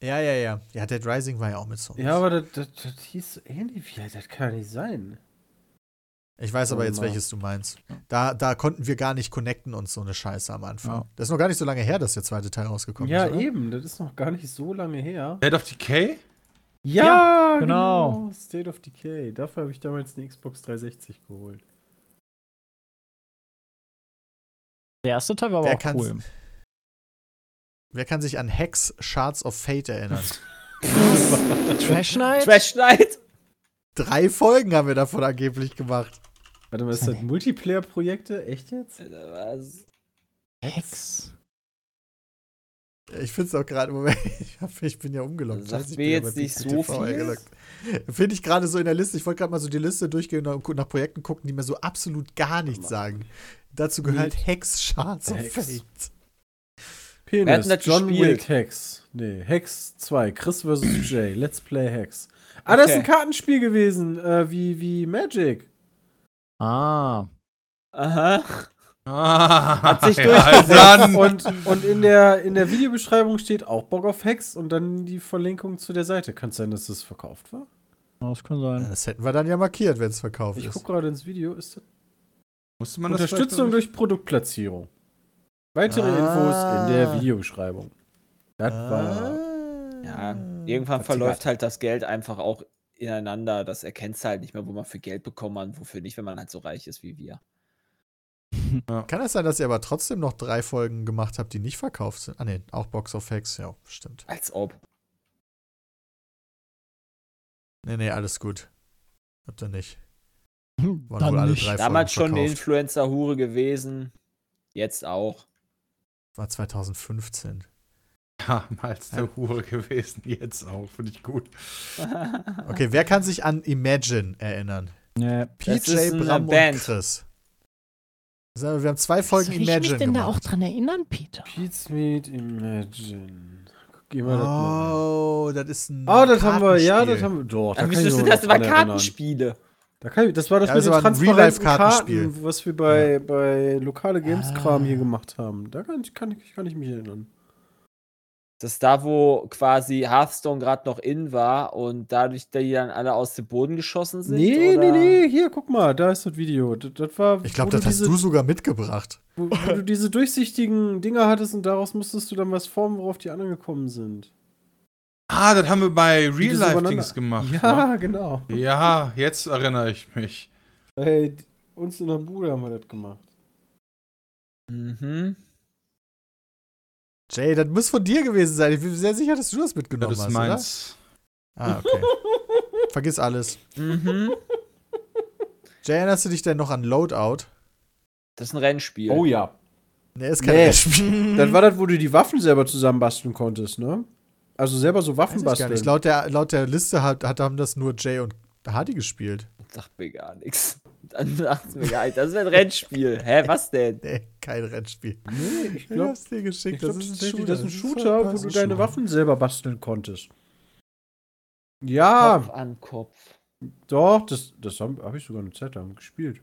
Ja, ja, ja. Ja, Dead Rising war ja auch mit Zombies. Ja, aber das, das, das hieß so ähnlich. Wie, das kann ja nicht sein. ich weiß Oh aber jetzt, Warte mal. welches du meinst. Da, da konnten wir gar nicht connecten und so eine Scheiße am Anfang. Das ist noch gar nicht so lange her, dass der zweite Teil rausgekommen ja, ist. eh. oder? eben. Das ist noch gar nicht so lange her. Dead of Decay? Ja, genau. State of Decay. Dafür habe ich damals eine Xbox 360 geholt. Der erste Teil war aber Wer auch kann's- cool. Wer kann sich an Hex Shards of Fate erinnern? Trash Night? Trash Night? Drei Folgen haben wir davon angeblich gemacht. Warte mal, ist das Multiplayer-Projekte? Echt jetzt? Was? Hex. Ich finde es auch gerade, Moment, ich, hab, ich bin ja umgelockt. Sagt Scheiße, ich mir bin ja jetzt bei nicht so PTV viel. eingeloggt. Finde ich gerade so in der Liste. Ich wollte gerade mal so die Liste durchgehen und nach Projekten gucken, die mir so absolut gar nichts sagen. Dazu gehört Hex Shards of Hex. Fate. Penis. Wir hatten das John gespielt. Wick Hex. Nee, Hex 2. Chris vs. Jay. Let's Play Hex. Ah, das ist ein Okay. Kartenspiel gewesen. Äh, wie, wie Magic. Ah. Aha. Ah, Hat sich dann. Und, und in, der, in der Videobeschreibung steht auch Bock auf Hex und dann die Verlinkung zu der Seite. Kann es sein, dass das verkauft war? Das kann sein. Das hätten wir dann ja markiert, wenn es verkauft Ich ist. gucke gerade ins Video. Ist das Musste man das Unterstützung vielleicht durch Produktplatzierung. Weitere Ah. Infos in der Videobeschreibung. Das war. Ah. Ja, irgendwann Hat sie verläuft halt das Geld einfach auch ineinander. Das erkennst du halt nicht mehr, wo man für Geld bekommt und wofür nicht, wenn man halt so reich ist wie wir. Kann es sein, dass ihr aber trotzdem noch drei Folgen gemacht habt, die nicht verkauft sind? Ah, ne, auch Box of Hex, ja, stimmt. Als ob. Nee, nee, alles gut. Habt ihr nicht. Hm, Waren wohl alle drei Damals schon Folgen eine verkauft. Influencer-Hure gewesen. Jetzt auch. War 2015. Damals der Hure gewesen, jetzt auch. Finde ich gut. Ah. Okay, wer kann sich an Imagine erinnern? Nee. Das PJ, ist eine Bram und Band. Chris. Sagen wir, Wir haben zwei Folgen Imagine gemacht. dran erinnern, Peter? Pete's Meet Imagine. Geh mal das mal. an. Oh, das ist ein. Ah, das haben wir, ja, Kartenspiel. das haben wir. Doch, da Ach, kann ich wieso mich sind noch das war dran erinnern. Kartenspiele? Da kann ich, das war das Ja, das mit den war ein transparenten Real-Life-Kartenspiel. Karten, was wir bei, bei lokale Games-Kram Ah. hier gemacht haben. Da kann ich, kann, ich, kann ich mich erinnern. Das ist da, wo quasi Hearthstone gerade noch in war und dadurch die dann alle aus dem Boden geschossen sind? Nee, oder? nee, nee, hier, guck mal, da ist das Video. Das, das war, Ich wo glaube, das hast diese, du sogar mitgebracht. Wo, wo du diese durchsichtigen Dinger hattest und daraus musstest du dann was formen, worauf die anderen gekommen sind. Ah, das haben wir bei Die das Real-Life-Dings übereinander- gemacht. Ja, genau. Ne? ja, jetzt erinnere ich mich. Bei d- uns in der Bude haben wir das gemacht. Mhm. Jay, das muss von dir gewesen sein. Ich bin mir sehr sicher, dass du das Genau, mitgenommen Das ist hast, meins. oder? Ah, okay. Vergiss alles. Mhm. Jay, erinnerst du dich denn noch an Loadout? Das ist ein Rennspiel. Oh ja. Ne, ist kein Nee. Spiel. Dann war das, wo du die Waffen selber zusammenbasteln konntest, ne? Also selber so Waffen Weiß ich gar basteln. nicht. Laut der, laut der Liste hat, hat, haben das nur Jay und Hardy gespielt. Sagt mir gar nichts. Dann sagt mir gar nichts. Das ist ein Rennspiel. Hä, was denn? Nee, kein Rennspiel. nee, ich Ich glaube, hab's dir geschickt. ich glaub, das, ist tatsächlich, das ist ein voll- Shooter, wo das du ist deine Shooter. Waffen selber basteln konntest. Ja, Ah. Kopf an Kopf. doch, das, das habe hab ich sogar eine Zeit lang gespielt.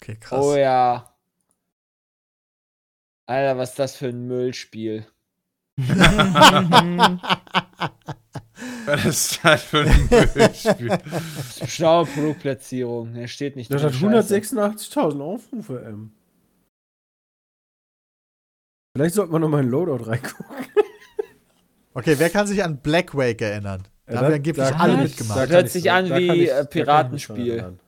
Okay, krass. Oh ja. Alter, was ist das für ein Müllspiel? Das ist halt für ein Bildspiel. Schlaue Produktplatzierung. Der steht nicht Das drin, hat scheiße. 186.000 Aufrufe, ähm. Vielleicht sollte man nochmal in Loadout reingucken. Okay, wer kann sich an Black Wake erinnern? Da haben wir angeblich da- alle da- mitgemacht. Hört sich an wie, äh, Piratenspiel.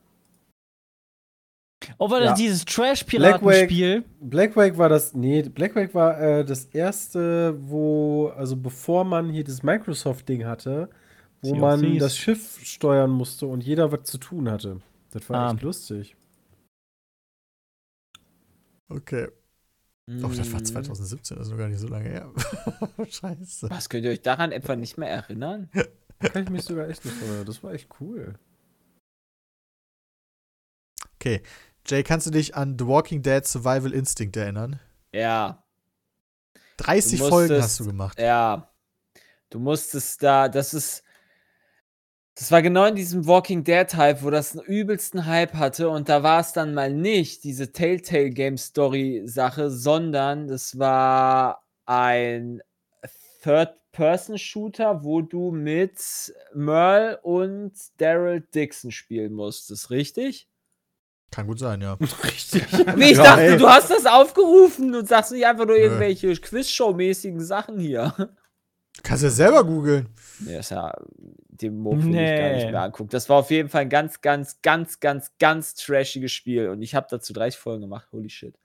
Oh, war Ja. das dieses Black Trash-Piratenspiel? Black Wake war das, nee, Black Wake war äh, das erste, wo, also bevor man hier das Microsoft-Ding hatte, wo Sea of man Thieves. das Schiff steuern musste und jeder was zu tun hatte. Das war Ah. echt lustig. Okay. Mm. Doch, Oh, das war 2017, das ist noch gar nicht so lange her. Scheiße. Was könnt ihr euch daran etwa nicht mehr erinnern? Kann ich mich sogar echt nicht erinnern. Das war echt cool. Jay, kannst du dich an The Walking Dead Survival Instinct erinnern? Ja, 30 Du musstest- Folgen hast du gemacht. ja. Du musstest da, das ist. Das war genau in diesem Walking Dead Hype, wo das einen übelsten Hype hatte und da war es dann mal nicht diese Telltale Game Story Sache, sondern das war ein Third-Person-Shooter, wo du mit Merle und Daryl Dixon spielen musstest, richtig? Kann gut sein, ja. Richtig. Nee, ich Ja, dachte, ey. du hast das aufgerufen und sagst nicht einfach nur irgendwelche Quizshow-mäßigen Sachen hier. Kannst ja selber googeln. Nee, das ist ja dem Move will ich gar nicht Nee. mehr angucken. Das war auf jeden Fall ein ganz, ganz, ganz, ganz, ganz trashiges Spiel und ich habe dazu 30 Folgen gemacht. Holy shit.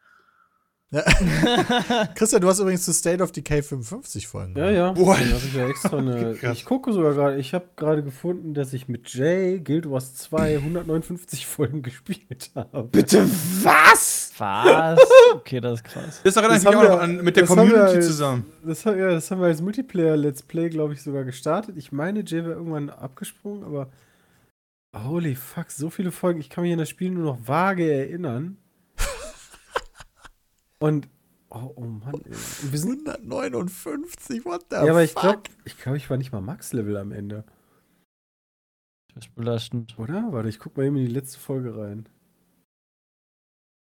Christian, du hast übrigens zu State of Decay 55 Folgen Ja, gemacht. ja. Boah. Dann hab ich, ja extra eine, Krass. ich gucke sogar gerade, ich habe gerade gefunden, dass ich mit Jay Guild Wars 2 159 Folgen gespielt habe. Bitte was? Was? Okay, das ist krass. Das erinnert Das mich auch haben noch wir- an, mit der das haben wir Community als- zusammen. Das, hat- ja, das haben wir als Multiplayer-Let's Play, glaube ich, sogar gestartet. Ich meine, Jay wäre irgendwann abgesprungen, aber holy fuck, so viele Folgen. Ich kann mich an das Spiel nur noch vage erinnern. Und oh, oh Mann, ey. Und wir sind, 159, what the ja, aber ich fuck? glaube, ich, glaub, ich war nicht mal Max-Level am Ende, Das ist belastend. oder? Warte, ich guck mal eben in die letzte Folge rein.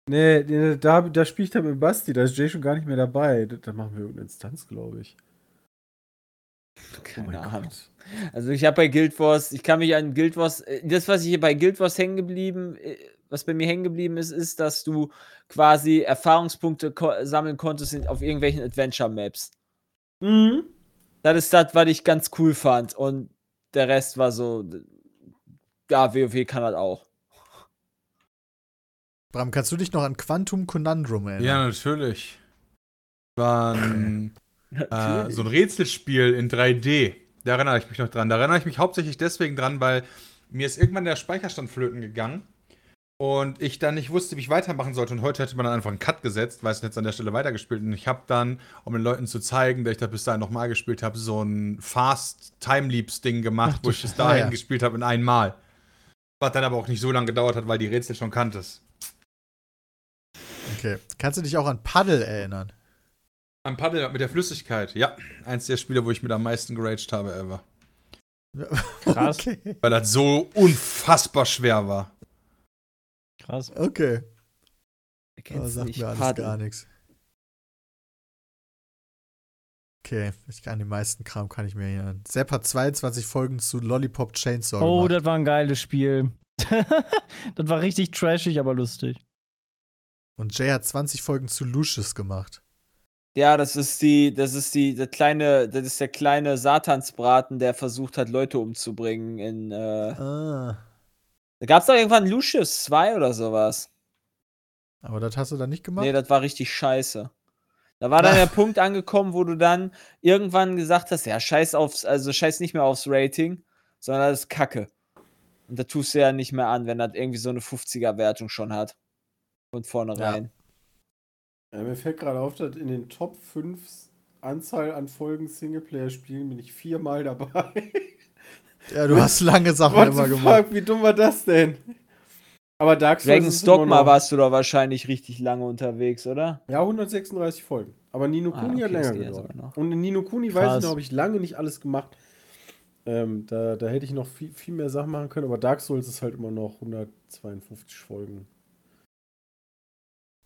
Nee, nee, da, da spiele ich dann mit Basti, da ist Jay schon gar nicht mehr dabei. Da, da machen wir irgendeine Instanz, glaube ich. Oh Keine Ahnung. Also ich habe bei Guild Wars, ich kann mich an Guild Wars, äh, das, was ich hier bei Guild Wars hängen geblieben, äh, was bei mir hängen geblieben ist, ist, dass du quasi Erfahrungspunkte ko sammeln konntest in, auf irgendwelchen Adventure-Maps. Mhm. Das ist das, was ich ganz cool fand. Und der Rest war so. d- Ja, WoW kann das auch. Bram, kannst du dich noch an Quantum Conundrum Ja, erinnern? natürlich. War ein, Ah, äh, Natürlich. so ein Rätselspiel in 3D. Da erinnere ich mich noch dran. Da erinnere ich mich hauptsächlich deswegen dran, weil mir ist irgendwann der Speicherstand flöten gegangen und ich dann nicht wusste, wie ich weitermachen sollte. Und heute hätte man dann einfach einen Cut gesetzt, weil es jetzt an der Stelle weitergespielt. Und ich habe dann, um den Leuten zu zeigen, dass ich das bis dahin nochmal gespielt habe, so ein Fast-Time-Leaps-Ding gemacht, wo ich bis dahin Scheiße. gespielt habe in einmal. Was dann aber auch nicht so lange gedauert hat, weil die Rätsel schon kanntest. Okay. Kannst du dich auch an Paddle erinnern? Am Paddel mit der Flüssigkeit, ja. Eins der Spiele, wo ich mit am meisten geraged habe ever. Krass. Okay. Weil das so unfassbar schwer war. Krass. Okay. Ihr Aber kennt's sagt nicht, mir alles Paddel. gar nichts. Okay, ich kann an den meisten Kram kann ich mir erinnern. Sepp hat 22 Folgen zu Lollipop Chainsaw Oh, gemacht. das war ein geiles Spiel. das war richtig trashig, aber lustig. Und Jay hat 20 Folgen zu Lucius gemacht. Ja, das ist die, das ist die, der kleine, das ist der kleine Satansbraten, der versucht hat, Leute umzubringen in, äh, Ah. da gab's doch irgendwann Lucius 2 oder sowas. Aber das hast du dann nicht gemacht? Nee, das war richtig scheiße. Da war dann der Punkt angekommen, wo du dann irgendwann gesagt hast, ja, scheiß aufs, also scheiß nicht mehr aufs Rating, sondern das ist Kacke. Und da tust du ja nicht mehr an, wenn das irgendwie so eine 50er-Wertung schon hat. Von vornherein. Ja, mir fällt gerade auf, dass in den Top 5 Anzahl an Folgen Singleplayer-Spielen bin ich viermal dabei. ja, du hast lange Sachen What immer the gemacht. fuck, wie dumm war das denn? Aber Dark Souls Dragon's ist immer Dogma noch- warst du da wahrscheinlich richtig lange unterwegs, oder? Ja, 136 Folgen. Aber Nino Ah, Kuni okay, das hat länger geht ja gedauert. sogar noch. Und in Nino Kuni weiß Krass. ich noch, habe ich lange nicht alles gemacht. Ähm, da, da hätte ich noch viel, viel mehr Sachen machen können, aber Dark Souls ist halt immer noch 152 Folgen.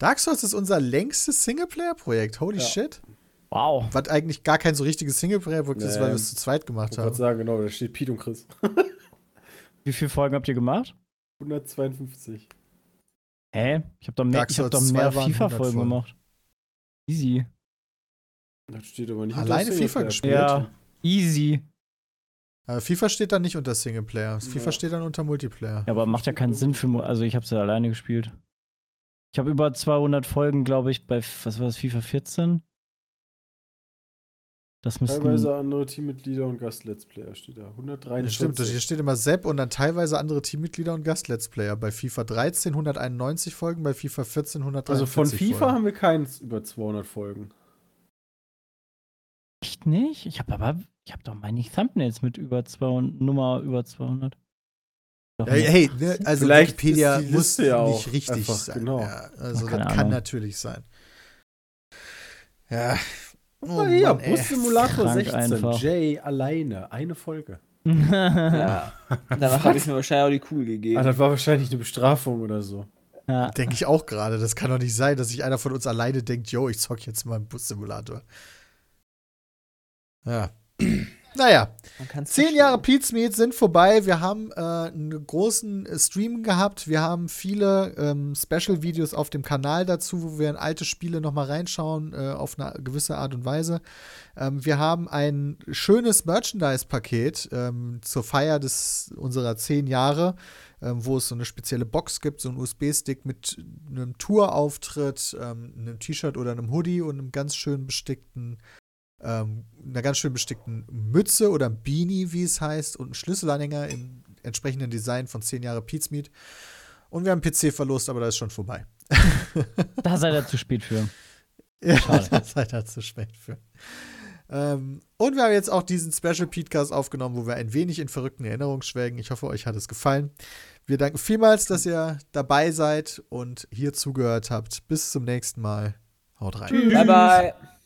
Dark Souls ist unser längstes Singleplayer-Projekt. Holy Ja. shit. Wow. Was eigentlich gar kein so richtiges Singleplayer-Projekt ist, Nee. weil wir es zu zweit Ich gemacht wollte gerade haben. sagen, genau, da steht Piet und Chris. Wie viele Folgen habt ihr gemacht? 152. Hä? Ich hab doch mehr, Dark ich hab Souls doch 2 mehr waren 100 FIFA-Folgen Folgen. gemacht. Easy. Das steht aber nicht Alleine unter FIFA Singleplayer. gespielt? Ja. Easy. Aber FIFA steht dann nicht unter Singleplayer. FIFA steht dann unter Multiplayer. Ja, aber macht ja keinen Sinn für. Mo- Also, ich hab's ja alleine gespielt. Ich habe über 200 Folgen, glaube ich, bei, F- was war das, FIFA 14? Das müssten, Teilweise andere Teammitglieder und Gast-Let's Player steht da. 123. Ja, stimmt, hier steht immer Sepp und dann teilweise andere Teammitglieder und Gast-Let's Player. Bei FIFA 13 191 Folgen, bei FIFA 14 also von 143 FIFA haben wir keins über 200 Folgen. Echt nicht? Ich habe aber, ich habe doch meine Thumbnails mit über 200, Nummer über 200. Doch Folgen. Ja, hey, nicht. ne, also Vielleicht Wikipedia ist die muss Liste ja auch nicht richtig einfach, sein. genau. Ja, also Ach, keine das kann Ahnung. natürlich sein. Ja. Guck Oh mal hier, Mann, ey. Bus Simulator Krank 16. einfach. Jay alleine, eine Folge. Ja. Danach habe ich mir wahrscheinlich auch die Kugel gegeben. Ah, das war wahrscheinlich eine Bestrafung oder so. ja. Denke ich auch gerade. Das kann doch nicht sein, dass sich einer von uns alleine denkt, yo, ich zock jetzt mal einen Bus-Simulator. Ja. naja, Man kann's Zehn verstehen. Jahre Pete's Meat sind vorbei. Wir haben äh, einen großen äh, Stream gehabt. Wir haben viele ähm, Special-Videos auf dem Kanal dazu, wo wir in alte Spiele nochmal reinschauen, äh, auf eine gewisse Art und Weise. Ähm, wir haben ein schönes Merchandise-Paket ähm, zur Feier des, unserer zehn Jahre, ähm, wo es so eine spezielle Box gibt, so einen USB-Stick mit einem Tour-Auftritt, ähm, einem T-Shirt oder einem Hoodie und einem ganz schön bestickten ähm, einer ganz schön bestickten Mütze oder Beanie, wie es heißt, und einen Schlüsselanhänger im entsprechenden Design von 10 Jahre Pete's Meat. Und wir haben einen PC verlost, aber da ist schon vorbei. Da seid ihr zu spät für. Ja, Schade. das seid ihr zu spät für. Ähm, und wir haben jetzt auch diesen Special Podcast aufgenommen, wo wir ein wenig in verrückten Erinnerungen schwelgen. Ich hoffe, euch hat es gefallen. Wir danken vielmals, dass ihr dabei seid und hier zugehört habt. Bis zum nächsten Mal. Haut rein. Bye bye.